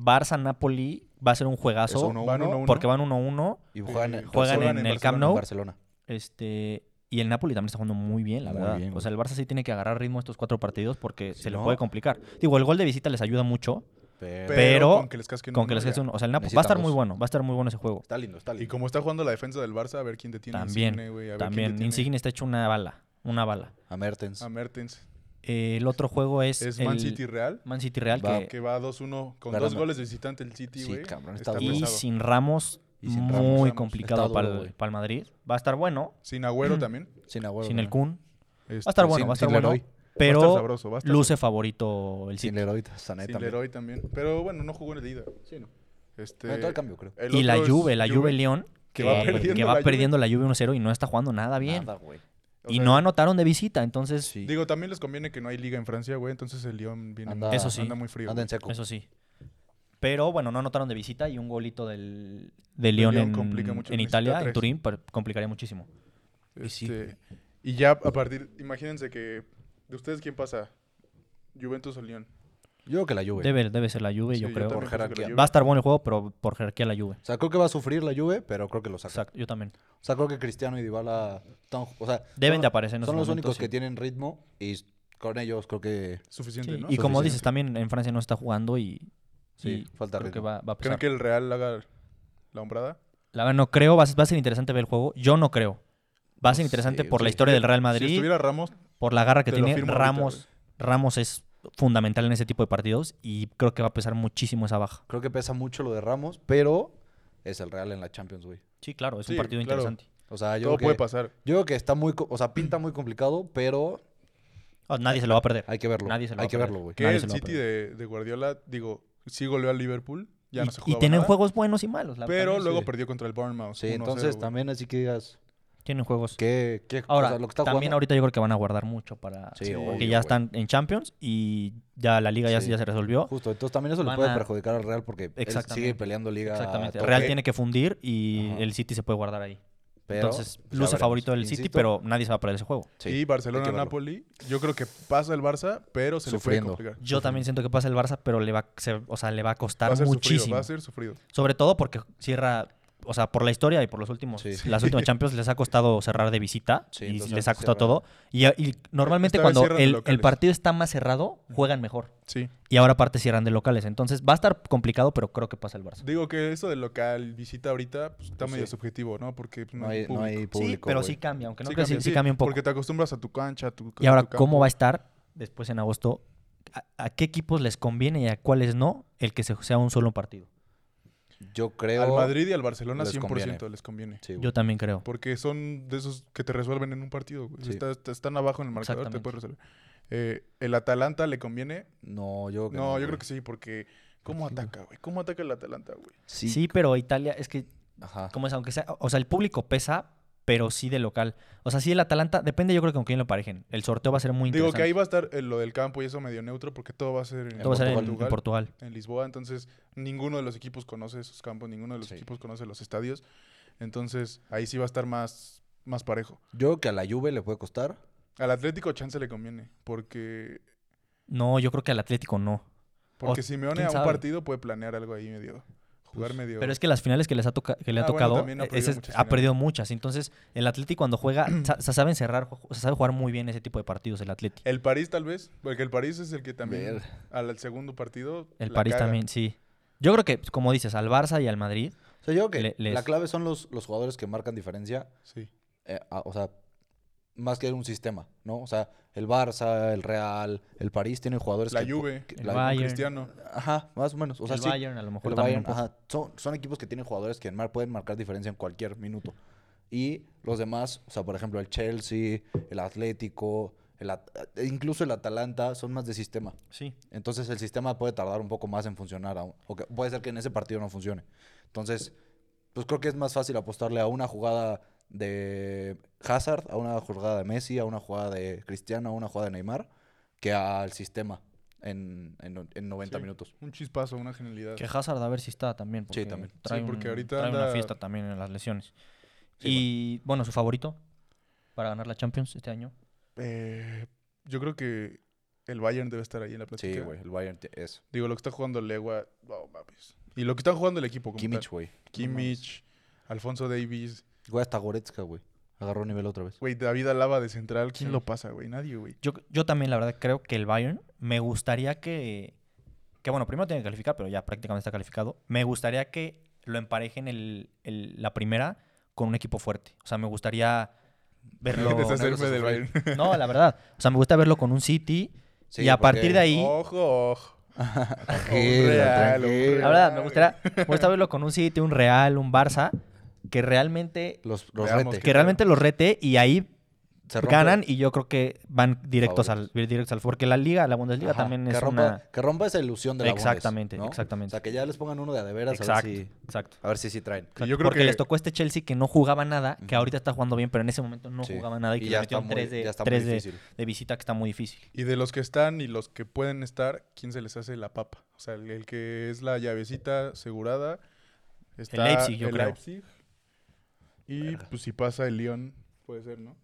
S4: Barça-Napoli va a ser un juegazo.
S3: Es uno,
S1: Van
S3: uno,
S1: 1-1.
S4: Porque van 1-1.
S3: Y juegan,
S1: Eh,
S3: entonces
S4: Juegan
S1: juegan
S4: en,
S1: en
S4: el Camp
S3: en
S4: Nou.
S3: Barcelona.
S4: Este, y el Napoli también está jugando muy bien, la
S3: Muy
S4: verdad.
S3: bien,
S4: o
S3: güey.
S4: sea, el Barça sí tiene que agarrar ritmo estos cuatro partidos porque
S3: Si
S4: se le
S3: no-
S4: puede complicar. Digo, el gol de visita les ayuda mucho.
S3: Pero-
S1: Pero con que les casquen
S4: con
S1: uno,
S4: que les
S1: ya.
S4: casquen uno. O sea, el Napoli va a estar
S3: Necesitan
S4: muy
S3: dos.
S4: bueno. Va a estar muy bueno ese juego.
S3: Está lindo, está
S1: Y
S3: lindo.
S1: como está jugando la defensa del Barça, a ver quién detiene a
S4: También,
S1: Insigne, güey, a ver quién
S4: también.
S1: detiene
S4: Insigne está hecho una bala. Una bala.
S3: A Mertens.
S1: A Mertens.
S4: Eh, el otro juego es.
S1: Es Man
S4: el
S1: City Real,
S4: Man City Real.
S3: Va,
S4: que,
S1: Ah, que va 2-1 con dos
S3: Ganando.
S1: goles de visitante el City,
S3: Sí,
S1: güey.
S3: cabrón,
S1: está
S3: está
S4: y
S1: pesado. Sin...
S4: sin Ramos,
S3: Y sin Ramos,
S4: muy
S1: Ramos.
S4: complicado
S3: Está
S4: para
S3: duro,
S4: el,
S3: güey.
S4: para el Madrid. Va a estar bueno.
S1: Agüero también.
S3: Sin Agüero.
S4: sin el
S3: ¿no?
S4: Kun. Mm. Va
S1: Este,
S4: a estar bueno,
S3: sin-
S4: va a estar
S3: sin
S4: bueno.
S3: Leroy.
S4: Pero
S1: sabroso, va a estar
S4: luce favorito el
S3: Sin
S4: City.
S3: Leroy.
S1: Sin
S3: Sané
S1: sin
S3: también.
S1: Leroy también. Pero bueno, no jugó en el ida.
S3: Sí, no.
S1: Este,
S3: Bueno, todo el cambio, creo.
S1: el
S4: Y la
S1: otro es
S4: Juve, la Juve León.
S1: que va perdiendo
S4: que
S1: la
S4: va
S1: Juve.
S4: perdiendo la Juve 1-0 y no está jugando nada bien.
S3: Nada, güey.
S1: O
S4: y
S1: sea,
S4: no anotaron de visita, entonces
S3: Sí.
S1: Digo, también les conviene que no hay liga en Francia, güey. Entonces el Lyon viene
S3: Anda-
S1: muy-
S4: Eso sí.
S1: anda muy frío.
S3: Anda en
S1: güey.
S3: seco.
S4: Eso sí. Pero bueno, no anotaron de visita y un golito del, de
S1: León
S4: León en,
S1: complica mucho,
S4: en
S1: necesita
S4: Italia, en
S1: tres.
S4: Turín, par- complicaría muchísimo. Y sí.
S1: Este, y ya a partir, imagínense que de ustedes quién pasa, Juventus o León.
S3: Yo creo que la Juve.
S4: Debe, debe ser la Juve,
S1: Sí,
S4: yo
S1: yo
S4: creo.
S1: también
S3: Por
S1: pienso que la
S3: jerarquía.
S1: Juve.
S4: Va a estar bueno el juego, pero por jerarquía la Juve.
S3: O sea, creo que va a sufrir la Juve, pero creo que lo saca.
S4: Exacto, yo también.
S3: O sea, creo que Cristiano y Dybala están, o sea,
S4: Deben
S3: son-
S4: de aparecer en
S3: Son
S4: esos
S3: los
S4: momentos,
S3: únicos
S4: sí.
S3: que tienen ritmo y con ellos creo que
S1: Suficiente,
S4: Sí,
S1: ¿no?
S4: Y como
S3: Suficiente.
S4: dices, también en Francia no está jugando y,
S3: Sí,
S4: y
S3: falta
S4: creo que
S3: ritmo.
S4: va, va a
S1: ¿Creen
S4: pesar.
S1: que el Real haga la hombrada?
S4: La verdad, no creo, va a, ser- va a ser interesante ver el juego. Yo no creo. Va a ser
S3: No
S4: interesante
S3: sé,
S4: por la
S3: güey.
S4: historia del Real Madrid,
S1: Si estuviera Ramos,
S4: por la garra que
S1: te lo
S4: tiene
S1: firmo ahorita,
S4: Ramos. Ramos es fundamental en ese tipo de partidos y creo que va a pesar muchísimo esa baja.
S3: creo que pesa mucho lo de Ramos, pero es el Real en la Champions, güey.
S4: Sí, claro, es
S1: Sí,
S4: un partido
S1: claro.
S4: interesante.
S3: O sea, yo
S1: todo
S3: creo
S1: puede
S3: que,
S1: pasar.
S3: Yo creo que está muy, co- o sea, pinta muy complicado, pero
S4: Ah, nadie se lo va a perder.
S3: hay que verlo.
S4: Nadie se lo
S3: hay
S4: va a
S3: que
S4: perder.
S3: verlo, güey.
S1: Que
S4: Nadie
S1: el
S4: se lo va a
S1: City de, de Guardiola, digo, sí goleó al Liverpool, ya
S4: y,
S1: no se
S4: y
S1: jugaba
S4: tienen
S1: nada,
S4: juegos buenos y malos. la-
S1: pero
S4: también,
S1: luego
S3: sí.
S1: perdió contra el Bournemouth.
S3: Sí,
S1: 1-0,
S3: entonces
S1: güey.
S3: también así que digas
S4: Tienen juegos.
S3: que qué,
S4: Ahora,
S3: o sea, lo que está
S4: también
S3: jugando-
S4: ahorita yo creo que van a guardar mucho para...
S3: Sí,
S4: que
S3: obvio,
S4: ya
S3: güey.
S4: están en Champions y ya la liga ya,
S3: Sí.
S4: ya se resolvió.
S3: Justo, entonces también eso le
S4: Van
S3: puede
S4: a-
S3: perjudicar al Real porque él sigue
S4: Exactamente.
S3: peleando liga. a
S4: Exactamente.
S3: tope,
S4: Real tiene que fundir y
S3: Ajá.
S4: el City se puede guardar ahí.
S3: pero
S4: Entonces,
S3: ya
S4: luce
S3: veremos.
S4: favorito del City,
S3: Insisto,
S4: pero nadie se va a perder ese juego.
S3: sí, hay
S1: y
S3: que verlo.
S1: Barcelona-Napoli, yo creo que pasa el Barça, pero se
S3: Sufriendo.
S1: le puede complicar.
S4: Yo también siento que pasa el Barça, pero le va, a- se- o sea, le va a
S1: Va
S4: costar
S1: a ser
S4: muchísimo.
S1: sufrido, va a ser sufrido.
S4: Sobre todo porque cierra, o sea, por la historia y por los últimos,
S3: Sí.
S4: las últimas Champions les ha costado cerrar de visita
S3: Sí,
S4: y
S3: entonces
S4: les ha
S3: antes
S4: costado
S3: cierra.
S4: todo. Y, y normalmente
S1: Esta vez
S4: cuando
S1: cierran de
S4: el, el
S1: locales.
S4: partido está más cerrado, juegan mejor.
S1: Sí.
S4: Y ahora aparte cierran de locales. Entonces va a estar complicado, pero creo que pasa el Barça.
S1: Digo que eso del local visita ahorita pues, está
S3: Pues
S1: medio
S3: sí.
S1: subjetivo, ¿no? Porque pues,
S3: No hay, no
S1: público.
S3: hay público.
S4: sí, pero
S3: güey.
S4: sí cambia, aunque no
S1: Sí
S4: creo que sí, sí cambia un poco.
S1: Porque te acostumbras a tu cancha, a tu
S4: Y ahora, ¿cómo va a estar después en agosto? ¿A, a qué equipos les conviene y a cuáles no el que se, sea un solo partido?
S3: Yo creo.
S1: Al Madrid y al Barcelona
S3: les
S1: 100%
S3: conviene.
S1: les conviene.
S3: Sí, güey.
S4: Yo también creo.
S1: Porque son de esos que te resuelven en un partido. güey. Si
S3: Sí.
S1: estás- te- están abajo en el marcador, te
S4: Exactamente.
S1: puedes resolver. Eh, ¿El Atalanta le conviene?
S3: No, yo creo que
S1: No, yo creo
S3: güey.
S1: que sí, porque ¿cómo ataca, güey? ¿Cómo ataca el Atalanta, güey?
S3: sí.
S4: Sí, pero Italia es que,
S3: Ajá.
S4: como es, aunque sea, o sea, el público pesa, pero sí de local. O sea, sí el Atalanta, depende yo creo que con quién lo parejen. El sorteo va a ser muy
S1: Digo
S4: interesante.
S1: que ahí va a estar eh, lo del campo y eso medio neutro porque todo va a ser en,
S4: Todo va a ser en- en
S1: Portugal,
S4: Portugal.
S1: en Lisboa. Entonces, ninguno de los equipos conoce esos campos, ninguno de los
S3: Sí.
S1: equipos conoce los estadios. Entonces, ahí sí va a estar más, más parejo.
S3: Yo creo que a la Juve le puede costar.
S1: Al Atlético chance le conviene porque,
S4: No, yo creo que al Atlético no.
S1: porque
S4: O-
S1: Simeone
S4: ¿quién
S1: a un
S4: sabe? Pues,
S1: partido puede planear algo ahí medio, jugar medio...
S4: Pero es que las finales que, les ha toca- que le ha
S1: Ah, bueno,
S4: tocado,
S1: también ha
S4: eh,
S1: perdido
S4: ese-
S1: muchas
S4: ha
S1: finales.
S4: perdido muchas. Entonces, el Atlético cuando juega, *clears throat* sa- se sabe encerrar, ju- se sabe jugar muy bien ese tipo de partidos el Atlético.
S1: El París tal vez, porque el París es el que también
S3: Ver.
S1: al, al segundo partido...
S4: El
S1: la
S4: París
S1: caga.
S4: también, sí. Yo creo que, como dices, al Barça y al Madrid,
S3: O sea, yo creo que
S4: Le- les-
S3: la clave son los, los jugadores que marcan diferencia.
S1: Sí.
S3: eh, a- o sea, más que un sistema, ¿no? O sea, el Barça, el Real, el París tienen jugadores
S1: La
S3: que...
S1: Juve,
S3: que-
S4: el
S3: la-
S4: Bayern,
S1: Cristiano.
S3: Ajá, más o menos. O sea,
S4: el
S3: sí,
S4: Bayern a lo mejor
S3: el
S4: también.
S3: Bayern, ajá. Son, son equipos que tienen jugadores que mar- pueden marcar diferencia en cualquier minuto. Y los demás, o sea, por ejemplo, el Chelsea, el Atlético, el At- e incluso el Atalanta, son más de sistema.
S4: Sí.
S3: Entonces el sistema puede tardar un poco más en funcionar. aún, O que- puede ser que en ese partido no funcione. Entonces, pues creo que es más fácil apostarle a una jugada de Hazard, a una jugada de Messi, a una jugada de Cristiano, a una jugada de Neymar, que al sistema en, en, en 90
S1: Sí.
S3: minutos.
S1: Un chispazo, una genialidad.
S4: Que Hazard a ver si está también. porque
S3: también. Sí,
S4: Trae
S1: porque
S4: un-
S1: ahorita
S4: trae una
S1: anda-
S4: fiesta también en las lesiones.
S3: Sí,
S4: y bueno. su favorito para ganar la Champions este año.
S1: Eh, yo creo que el Bayern debe estar ahí en la plática.
S3: Sí, güey, el Bayern te- es.
S1: Digo, lo que está jugando Legua, no mames. Y lo que está jugando el equipo. Como
S3: Kimmich,
S1: tal.
S3: güey.
S1: Kimmich, Alfonso Davis.
S3: Güey, hasta Goretzka, güey. Agarró nivel otra vez.
S1: Güey, David Alaba de central. ¿Quién
S4: Sí.
S1: lo pasa, güey? Nadie, güey.
S4: Yo, yo también, la verdad, creo que el Bayern me gustaría que. Que bueno, primero tiene que calificar, pero ya prácticamente está calificado. Me gustaría que lo emparejen el, el- la primera con un equipo fuerte. O sea, me gustaría verlo.
S1: *laughs* Deshacerme
S3: negros a
S1: del Bayern.
S3: sufrir.
S4: No, la verdad. O sea, me gusta verlo con un City.
S3: Sí,
S4: y a partir
S3: porque-
S4: de
S1: Oh,
S4: ahí.
S1: Ojo, ojo.
S3: Tranquilo,
S1: Real,
S3: tranquilo.
S4: La verdad, me gustaría, me gustaría verlo con un City, un Real, un Barça, que realmente,
S3: Los, los
S1: Veamos
S3: rete.
S1: qué-
S4: que realmente los rete y ahí
S3: Se rompe-
S4: ganan y yo creo que van directos al, directos al... Porque la liga, la Bundesliga
S3: Ajá,
S4: también
S3: que
S4: es
S3: rompa,
S4: una...
S3: que rompa esa ilusión de la Bundes,
S4: Exactamente,
S3: ¿no?
S4: exactamente.
S3: O sea, que ya les pongan uno de a de veras a
S4: Exacto,
S3: ver si...
S4: exacto.
S3: A ver si sí traen.
S1: Y yo creo
S4: porque
S1: que-
S4: les tocó este Chelsea que no jugaba nada, que ahorita está jugando bien, pero en ese momento no
S3: Sí.
S4: jugaba nada y
S3: Y
S4: que
S3: ya
S4: le metieron
S3: está muy-
S4: tres de,
S3: ya está muy
S4: tres de-
S3: difícil.
S4: de visita que está muy difícil.
S1: Y de los que están y los que pueden estar, ¿quién se les hace la papa? O sea, el, el que es la llavecita asegurada. Está
S4: Leipzig, yo
S1: el
S4: creo.
S1: Leipzig. Y pues si pasa el Lyon, puede ser, ¿no?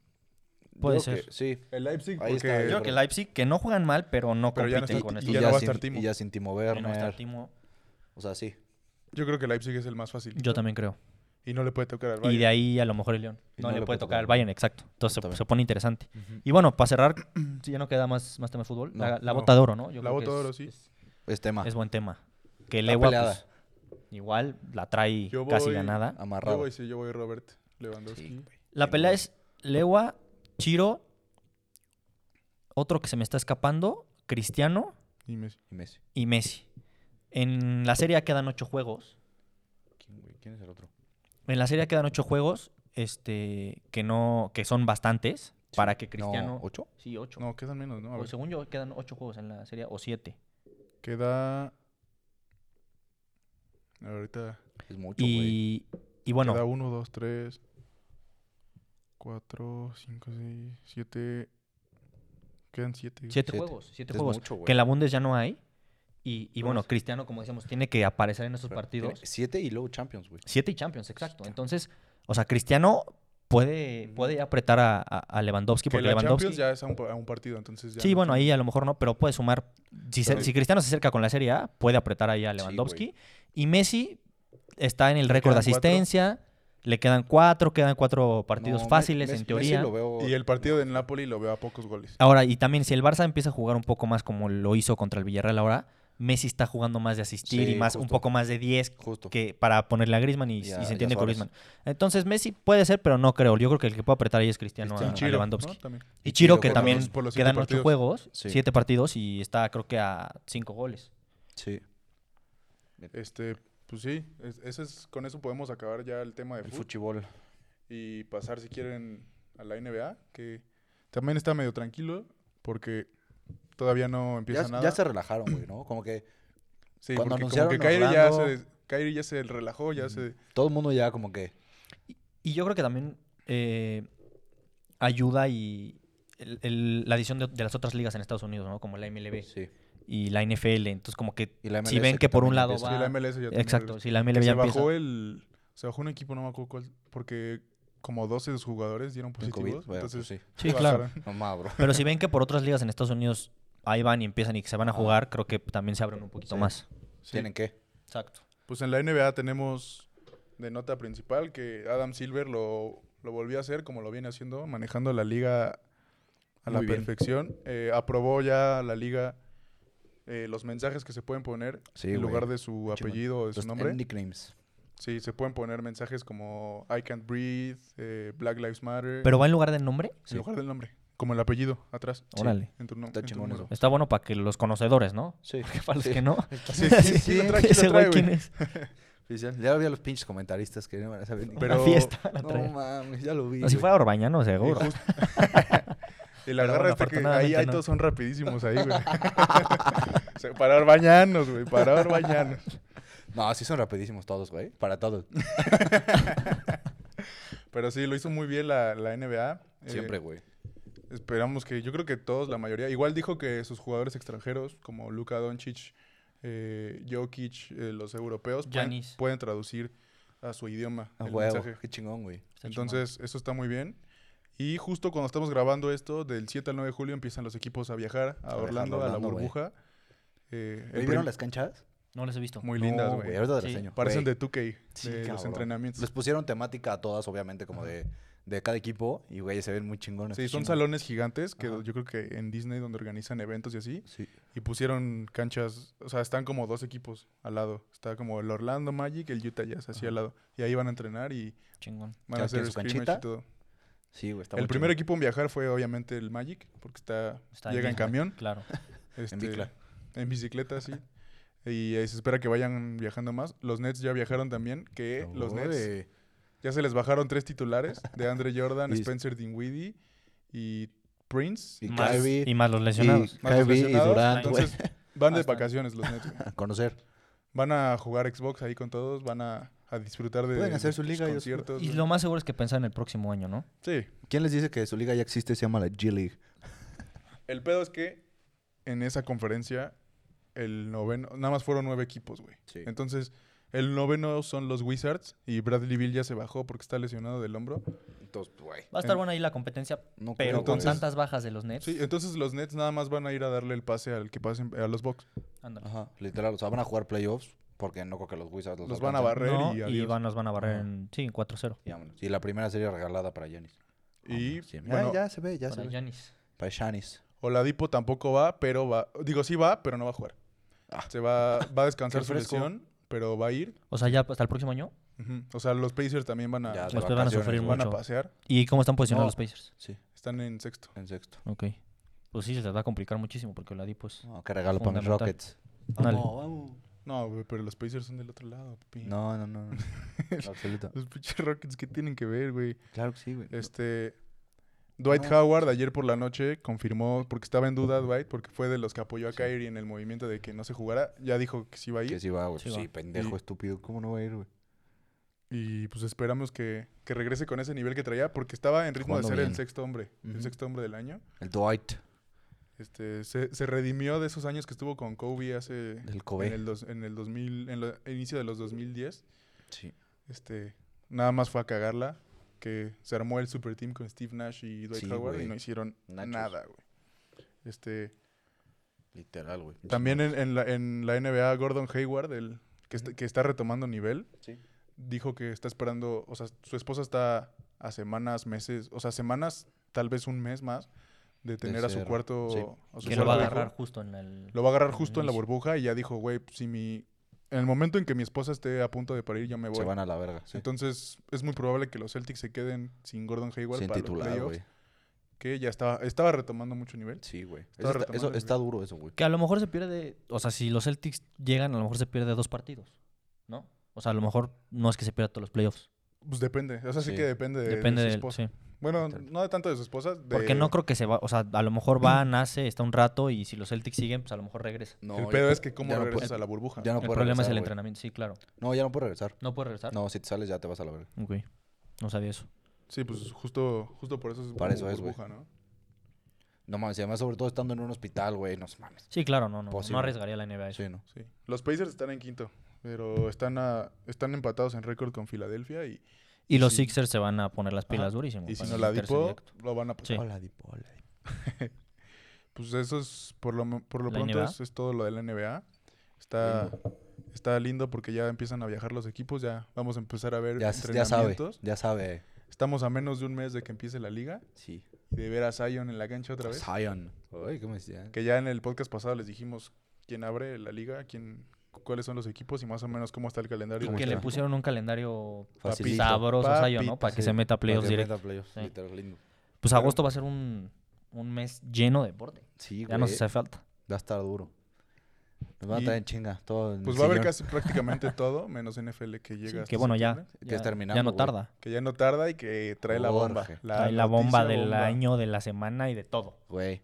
S4: Puede
S3: Yo creo
S4: ser.
S3: que sí.
S1: El Leipzig,
S3: Ahí está,
S1: porque-
S4: Yo
S3: yo
S4: creo que Leipzig, que no juegan mal, pero no
S1: Pero ya no
S4: compiten
S1: está-
S4: con este
S1: y
S4: esto.
S1: ya no va a
S3: sin,
S1: estar Timo.
S3: Y ya sin Timo Werner. o sea, sí.
S1: Yo creo que Leipzig es el más fácil.
S4: Yo también creo.
S1: Y no le puede tocar al Bayern.
S4: Y de ahí a lo mejor el León.
S3: Y
S4: No, le, puede tocar al Bayern, exacto. Entonces se,
S3: Exactamente.
S4: se pone interesante. Y bueno, para cerrar, *clears throat* si ya no queda más, más tema de fútbol, la,
S3: No,
S4: la
S1: no.
S4: bota de oro, ¿no? Yo
S1: La
S4: creo
S1: bota
S4: que
S1: de
S4: es-
S1: oro, sí.
S4: Es,
S3: Es tema.
S4: es buen tema. Que
S3: Está
S4: Legua,
S3: Ah. peleada.
S4: pues, igual la trae
S1: Yo
S4: casi
S1: voy-
S4: ganada.
S1: Yo
S3: Amarrado.
S1: voy, sí, yo voy Robert Lewandowski.
S4: La pelea es Legua, Chiro, otro que se me está escapando, Cristiano
S1: Y Messi.
S3: Y Messi.
S4: y Messi. En la serie A quedan ocho juegos.
S3: ¿Quién, güey? ¿Quién es el otro?
S4: En la serie A quedan ocho juegos, este, que no, que son bastantes para que Cristiano.
S3: No, ¿Ocho?
S4: Sí, ocho.
S1: No, quedan menos,
S3: Ah,
S1: ¿no? A
S4: O
S1: ver,
S4: Pues según yo, quedan ocho juegos en la serie o siete.
S1: Queda. A ver, ahorita.
S3: Es mucho, güey.
S4: Y, y bueno,
S1: Queda 1, 2, 3, 4, 5, 6, 7. Quedan 7.
S4: siete,
S3: siete.
S4: juegos. Siete
S3: Es
S4: juegos.
S3: mucho, güey.
S4: que en la Bundes ya no hay. Y, y bueno,
S1: Vamos.
S4: Cristiano, como decíamos, tiene que aparecer en esos
S3: Pero tiene
S4: partidos.
S3: Siete y luego Champions, güey.
S4: Siete y Champions, exacto. Entonces, o sea, Cristiano puede, puede apretar a, a- a Lewandowski
S1: Que
S4: porque
S1: la
S4: Lewandowski.
S1: Champions ya es a un, pa- a un partido, entonces ya.
S4: Sí,
S1: no
S4: bueno,
S1: tiene-
S4: ahí a lo mejor no, pero puede sumar. Si, se-
S1: Sí.
S4: si Cristiano se acerca con la Serie A, puede apretar ahí a
S3: Sí,
S4: Lewandowski. y Messi está en el récord de
S1: quedan cuatro.
S4: asistencia. Le quedan cuatro, quedan cuatro partidos
S3: No, Me-
S4: fáciles
S3: Messi-
S4: en teoría.
S3: Messi lo veo-
S1: Y el partido de Napoli lo veo a pocos goles.
S4: Ahora, y también si el Barça empieza a jugar un poco más como lo hizo contra el Villarreal ahora, Messi está jugando más de asistir
S3: Sí,
S4: y más un
S3: justo.
S4: poco más de 10
S3: Justo.
S4: que para ponerle a Griezmann y,
S3: Y a-
S4: y
S3: y a
S4: se entiende con
S3: Suárez.
S4: Griezmann. Entonces Messi puede ser, pero no creo. Yo creo que el que puede apretar ahí es Cristiano,
S1: Y
S4: a- a,
S1: Chiro,
S4: Lewandowski.
S1: ¿no? También.
S4: Y Chiro,
S3: Chiro,
S4: que
S3: por
S4: también
S1: los- por los siete
S4: quedan ocho
S1: partidos.
S4: juegos,
S3: Sí.
S4: siete partidos y está creo que a cinco goles.
S3: Sí.
S1: Este, pues sí, es- ese es, con eso podemos acabar ya el tema de
S3: El
S1: fútbol.
S3: fútbol.
S1: y pasar si quieren a la NBA, que también está medio tranquilo porque todavía no empieza
S3: Ya,
S1: nada.
S3: ya se relajaron, güey, ¿no? Como que
S1: sí,
S3: cuando
S1: porque como
S3: anunciaron
S1: que Kyrie ya, se,
S3: Orlando-
S4: Mm,
S1: Kyrie ya se relajó, ya se...
S3: todo el mundo ya como que...
S4: Y yo creo que también eh, ayuda y el- el- la adición de, de las otras ligas en Estados Unidos, ¿no? Como la MLB
S3: Sí.
S4: y la NFL. Entonces, como que
S3: Y la
S4: si
S3: MLS
S4: ven que
S3: que
S4: por un
S3: también
S4: lado
S3: empieza.
S4: va...
S1: Sí, la MLS ya también
S4: Exacto,
S1: regresa.
S4: si la MLB
S1: Que
S4: ya
S1: se
S4: empieza...
S1: bajó eh. el se bajó un equipo no me acuerdo cuál porque como 12 de sus jugadores dieron
S3: El
S1: positivos
S3: COVID, bueno, pues
S1: entonces
S3: sí.
S4: Sí, claro.
S1: bajaron.
S3: No más, bro.
S4: Pero si ven
S1: *laughs*
S4: que por otras ligas en Estados Unidos ahí van y empiezan y que se van a jugar, creo que también se abren un poquito
S3: Sí.
S4: más.
S1: Sí.
S3: ¿Tienen qué?
S4: Exacto.
S1: pues en la NBA tenemos de nota principal que Adam Silver lo lo volvió a hacer como lo viene haciendo manejando la liga a la
S3: Muy bien.
S1: perfección Eh, aprobó ya la liga eh, los mensajes que se pueden poner
S3: Sí,
S1: en
S3: güey.
S1: lugar de su
S3: Chingón.
S1: apellido o de su
S3: Los
S1: nombre
S3: nicknames.
S1: sí se pueden poner mensajes como I can't breathe eh, Black Lives Matter
S4: ¿Pero va en lugar del nombre?
S1: en lugar del nombre como el apellido atrás
S4: Órale.
S1: en tu nom-
S3: Está
S1: en tu
S3: chingón
S1: número.
S3: eso.
S4: Está bueno para que los conocedores, ¿no?
S1: *laughs*
S3: Sí.
S4: Porque para los
S3: Sí.
S4: que no...
S1: Sí, sí, sí,
S4: Sí,
S1: lo trae, sí
S4: ese
S1: lo
S4: güey
S1: trae,
S4: quién
S1: güey.
S4: es.
S3: Oficial. Ya había los pinches comentaristas que no van a saber ni
S1: Pero-
S4: Una fiesta la
S3: No
S4: trae.
S3: mames, ya lo vi.
S4: No, si
S3: güey.
S4: fuera Orbañano,
S1: Y
S4: seguro.
S1: justo- Y la
S4: Pero
S1: garra
S4: bueno,
S1: está que ahí,
S4: afortunadamente
S1: ahí
S4: no.
S1: todos son rapidísimos ahí,
S4: *laughs*
S1: güey. O sea, para Orbañanos, güey, para Orbañanos.
S3: No, sí son rapidísimos todos, güey.
S1: *laughs*
S3: Para todos.
S1: Pero sí, lo hizo muy bien la, la NBA. Eh,
S3: Siempre, güey.
S1: Esperamos que, yo creo que todos, la mayoría. Igual dijo que sus jugadores extranjeros, como Luka Doncic, eh, Jokic, eh, los europeos, pueden,
S4: Giannis.
S1: pueden traducir a su idioma
S3: A
S1: el
S3: huevo.
S1: mensaje.
S3: Qué chingón, güey.
S4: Está chingón.
S1: Entonces, eso está muy bien. Y justo cuando estamos grabando esto, del 7 al 9 de julio empiezan los equipos a viajar a,
S3: A viajar a
S1: Orlando, a la
S3: Orlando, güey.
S1: burbuja. Eh, el
S3: ¿Ahí
S1: prim-
S3: ¿Vieron las canchas?
S4: No les he visto.
S1: Muy lindas,
S3: No,
S1: güey.
S3: Ahorita te
S4: Sí.
S3: reseño.
S1: Parecen
S3: Güey.
S1: de 2K,
S3: Sí,
S1: de los
S3: cabrón.
S1: entrenamientos.
S3: Les pusieron temática a todas, obviamente, como de, de cada equipo. Y, güey, se ven muy chingones.
S1: Sí,
S3: qué
S1: son
S3: chingón.
S1: salones gigantes que
S3: Ajá.
S1: yo creo que en Disney donde organizan eventos y así.
S3: Sí.
S1: Y pusieron canchas, o sea, están como dos equipos al lado. Está como el Orlando Magic, el Utah Jazz, así al lado. Y ahí van a entrenar y
S4: Chingón.
S1: van
S3: Cada
S1: a hacer
S3: quien su
S1: scrimmage
S3: canchita.
S1: y todo.
S3: Sí, güey. está
S1: el
S3: muy
S1: primer
S3: chingón.
S1: equipo en viajar fue obviamente el Magic, porque está,
S4: Está
S1: llega en
S4: Disney,
S1: camión.
S4: Claro.
S1: este,
S3: bicla.
S1: en bicicleta, sí. Y eh, se espera que vayan viajando más. Los Nets ya viajaron también, que los
S3: Güey.
S1: Nets Ya se les bajaron tres titulares de Andre Jordan,
S3: *laughs* Y-
S1: Spencer Dinwiddie y Prince.
S3: Y
S4: Más-
S3: Kyrie.
S4: y más los lesionados.
S3: Y
S1: Más los
S3: Kyrie y
S1: lesionados,
S3: Durant, güey. *laughs*
S1: Entonces van de
S4: Hasta-
S1: vacaciones los Nets. güey.
S3: A *laughs* conocer.
S1: Van a jugar Xbox ahí con todos, van a, a disfrutar de
S3: Pueden hacer su
S1: los
S3: liga ellos, güey.
S1: conciertos.
S4: Y
S1: güey.
S4: lo más seguro es que pensar en el próximo año, ¿no?
S1: Sí.
S3: ¿Quién les dice que su liga ya existe? Se llama la G-League.
S1: El pedo es que en esa conferencia el noveno, nada más fueron nueve equipos, güey.
S3: Sí.
S1: Entonces el noveno son los Wizards y Bradley Bill ya se bajó porque está lesionado del hombro.
S3: Entonces, pues, güey.
S4: Va a
S1: En-
S4: estar buena ahí la competencia,
S3: No creo,
S4: pero
S1: entonces-
S4: con tantas bajas de los Nets.
S1: Sí, entonces los Nets nada más van a ir a darle el pase al que pasen a los
S3: Oh,
S1: Bucks.
S4: ándale.
S3: Ajá, literal. O sea, van a jugar playoffs porque no creo que los Wizards los,
S1: Los van a
S3: alcancen.
S1: barrer
S4: No,
S1: y
S4: y,
S1: adiós.
S4: van, nos van a barrer
S3: Ajá.
S4: en, sí, en 4-0.
S3: Y vámonos. Y la primera serie regalada para Giannis.
S1: Y
S3: Vamos, siempre.
S1: bueno,
S3: pues, ya, ya se ve, ya
S4: Para
S3: se ve.
S4: Giannis.
S3: Para Giannis.
S1: Oladipo tampoco va, pero va. Digo, sí va, pero no va a jugar.
S3: Ah.
S1: Se va, va a descansar
S3: *laughs* Qué
S1: su
S3: fresco.
S1: lesión, pero va a ir.
S4: O sea, ya hasta el próximo año.
S1: Ujú. O sea, los Pacers también van a,
S3: Ya,
S4: Los Pacers van a
S3: vacaciones,
S4: sufrir
S1: van
S4: mucho.
S1: a pasear.
S4: ¿Y cómo están
S3: No.
S4: posicionados los Pacers?
S3: Sí,
S1: Están en sexto.
S3: en sexto.
S4: Ok. Pues sí, se les va a complicar muchísimo porque Oladipo pues, es...
S3: No, qué regalo para mis
S4: Fundamental.
S3: Rockets.
S4: Ándale.
S3: vamos.
S1: No, güey, pero los Pacers son del otro lado, papi.
S3: No,
S1: *laughs*
S3: no, no. no. En absoluto.
S1: Los pinches Rockets, ¿qué tienen que ver, güey?
S3: Claro que sí, güey.
S1: Este. Dwight
S3: No.
S1: Howard ayer por la noche confirmó, porque estaba en duda Dwight, porque fue de los que apoyó a Kyrie en el movimiento de que no se jugara. Ya dijo que sí va a ir.
S3: Que sí va, güey.
S4: Sí
S3: Sí,
S4: va.
S3: pendejo,
S1: Y-
S3: estúpido. ¿Cómo no va a ir, güey?
S1: Y pues esperamos que, que regrese con ese nivel que traía, porque estaba en ritmo de
S3: Jugando
S1: ser el
S3: bien.
S1: sexto hombre,
S3: Ujú.
S1: el sexto hombre del año.
S3: El Dwight
S1: Este, se, se redimió de esos años que estuvo con Kobe hace
S3: del
S1: en
S3: Kobe.
S1: el, dos- en el 2000, en lo- inicio de los 2010.
S3: Sí.
S1: Este, nada más fue a cagarla, que se armó el super team con Steve Nash y Dwight
S3: Sí,
S1: Howard y
S3: güey.
S1: no hicieron
S3: Nachos.
S1: nada, güey. Este,
S3: Literal, güey.
S1: también en, en la, en la NBA Gordon Hayward, el que, está, que está retomando nivel,
S3: Sí.
S1: dijo que está esperando, o sea, su esposa está a semanas, meses, o sea, semanas, tal vez un mes más de tener a su
S3: ser-
S1: cuarto,
S3: sí.
S1: a su
S4: Que lo va a
S1: cuarto hijo.
S4: agarrar justo en el...
S1: Lo va a agarrar
S4: en el
S1: justo en la
S4: inicio.
S1: burbuja y ya dijo, güey, si mi... En el momento en que mi esposa esté a punto de parir, yo me
S3: Se
S1: voy.
S3: van a la verga. sí.
S1: Entonces, es muy probable que los Celtics se queden sin Gordon Hayward
S3: Sin
S1: para los
S3: titular,
S1: playoffs,
S3: güey.
S1: que ya estaba, estaba retomando mucho nivel.
S3: Sí, güey.
S1: Está
S3: Eso, está,
S1: retomando
S3: eso
S1: el-
S3: está duro, eso, güey.
S4: Que a lo mejor se pierde, o sea, si los Celtics llegan, a lo mejor se pierde dos partidos, ¿no? O sea, a lo mejor no es que se pierda todos los playoffs.
S1: Pues depende, o sea, sí,
S3: Sí.
S1: que depende de, de
S4: Depende
S1: su
S4: del...
S1: esposa.
S4: sí.
S1: Bueno, no de tanto de su esposa, de-
S4: Porque no creo que se va, o sea, a lo mejor va, nace, está un rato y si los Celtics siguen, pues a lo mejor regresa.
S3: No,
S1: el
S3: ya-
S1: pedo es que cómo
S3: ya no
S1: regresas
S3: puede-
S1: a la burbuja.
S3: Ya no
S4: el
S3: puede
S4: problema es el ¿Ah?
S3: regresar, güey.
S4: entrenamiento, sí, claro.
S3: No, ya no puede regresar.
S4: ¿No puede regresar?
S3: No, si te sales ya te vas a la verga.
S4: Ok. No sabía eso.
S1: Sí, pues justo, justo por eso es
S3: Para
S1: como
S3: eso es, güey.
S1: burbuja, ¿no?
S3: No mames, y además, sobre todo estando en un hospital, güey, no se mames.
S4: Sí, claro, no, no.
S3: Posible.
S4: No arriesgaría la NBA. eso.
S3: Sí, ¿no?
S1: Sí. Los Pacers están en quinto, pero están, a- están empatados en récord con Filadelfia y,
S4: Y los
S1: Sí.
S4: Sixers se van a poner las pilas durísimo.
S1: y si
S4: para
S1: no la
S4: meterse
S1: dipo,
S4: directo.
S1: lo van a pasar.
S4: Sí.
S3: Hola, Dipo, hola, Dipo.
S1: Pues eso es, por lo, mo- por lo
S4: ¿La
S1: pronto,
S4: NBA?
S1: es, es todo lo de la NBA. Está, está lindo porque ya empiezan a viajar los equipos, ya vamos a empezar a ver
S3: Ya, ya sabe,
S1: entrenamientos.
S3: ya sabe.
S1: Estamos a menos de un mes de que empiece la liga
S3: Sí.
S1: y de ver a Zion en la cancha otra vez.
S3: Zion. Ay, ¿cómo decía?
S1: Que ya en el podcast pasado les dijimos quién abre la liga, quién, cu- cuáles son los equipos y más o menos cómo está el calendario.
S4: Y que le pusieron un calendario
S3: Facilito.
S4: sabroso a Zion,
S1: Papita,
S4: ¿no? Para que
S3: sí.
S4: se meta a playoffs
S3: Para que
S4: directo.
S3: meta playoffs,
S4: Sí.
S3: literal, lindo.
S4: Pues agosto va a ser un, un mes lleno de deporte.
S3: Sí, güey.
S4: Ya nos hace falta.
S3: Va a estar duro. Nos van a
S1: Y-
S3: estar en chinga. Todo en
S1: Pues va a haber
S3: sillón,
S1: casi prácticamente todo, menos NFL que llega.
S4: Sí,
S1: hasta
S4: que bueno, ya,
S1: septiembre,
S3: Que
S4: ya,
S3: es terminando,
S4: ya no
S3: güey.
S4: tarda.
S1: Que ya no tarda y que trae la bomba.
S3: Jorge.
S4: Trae la bomba
S1: noticia
S4: del
S1: bomba.
S4: año, de la semana y de todo.
S3: Güey.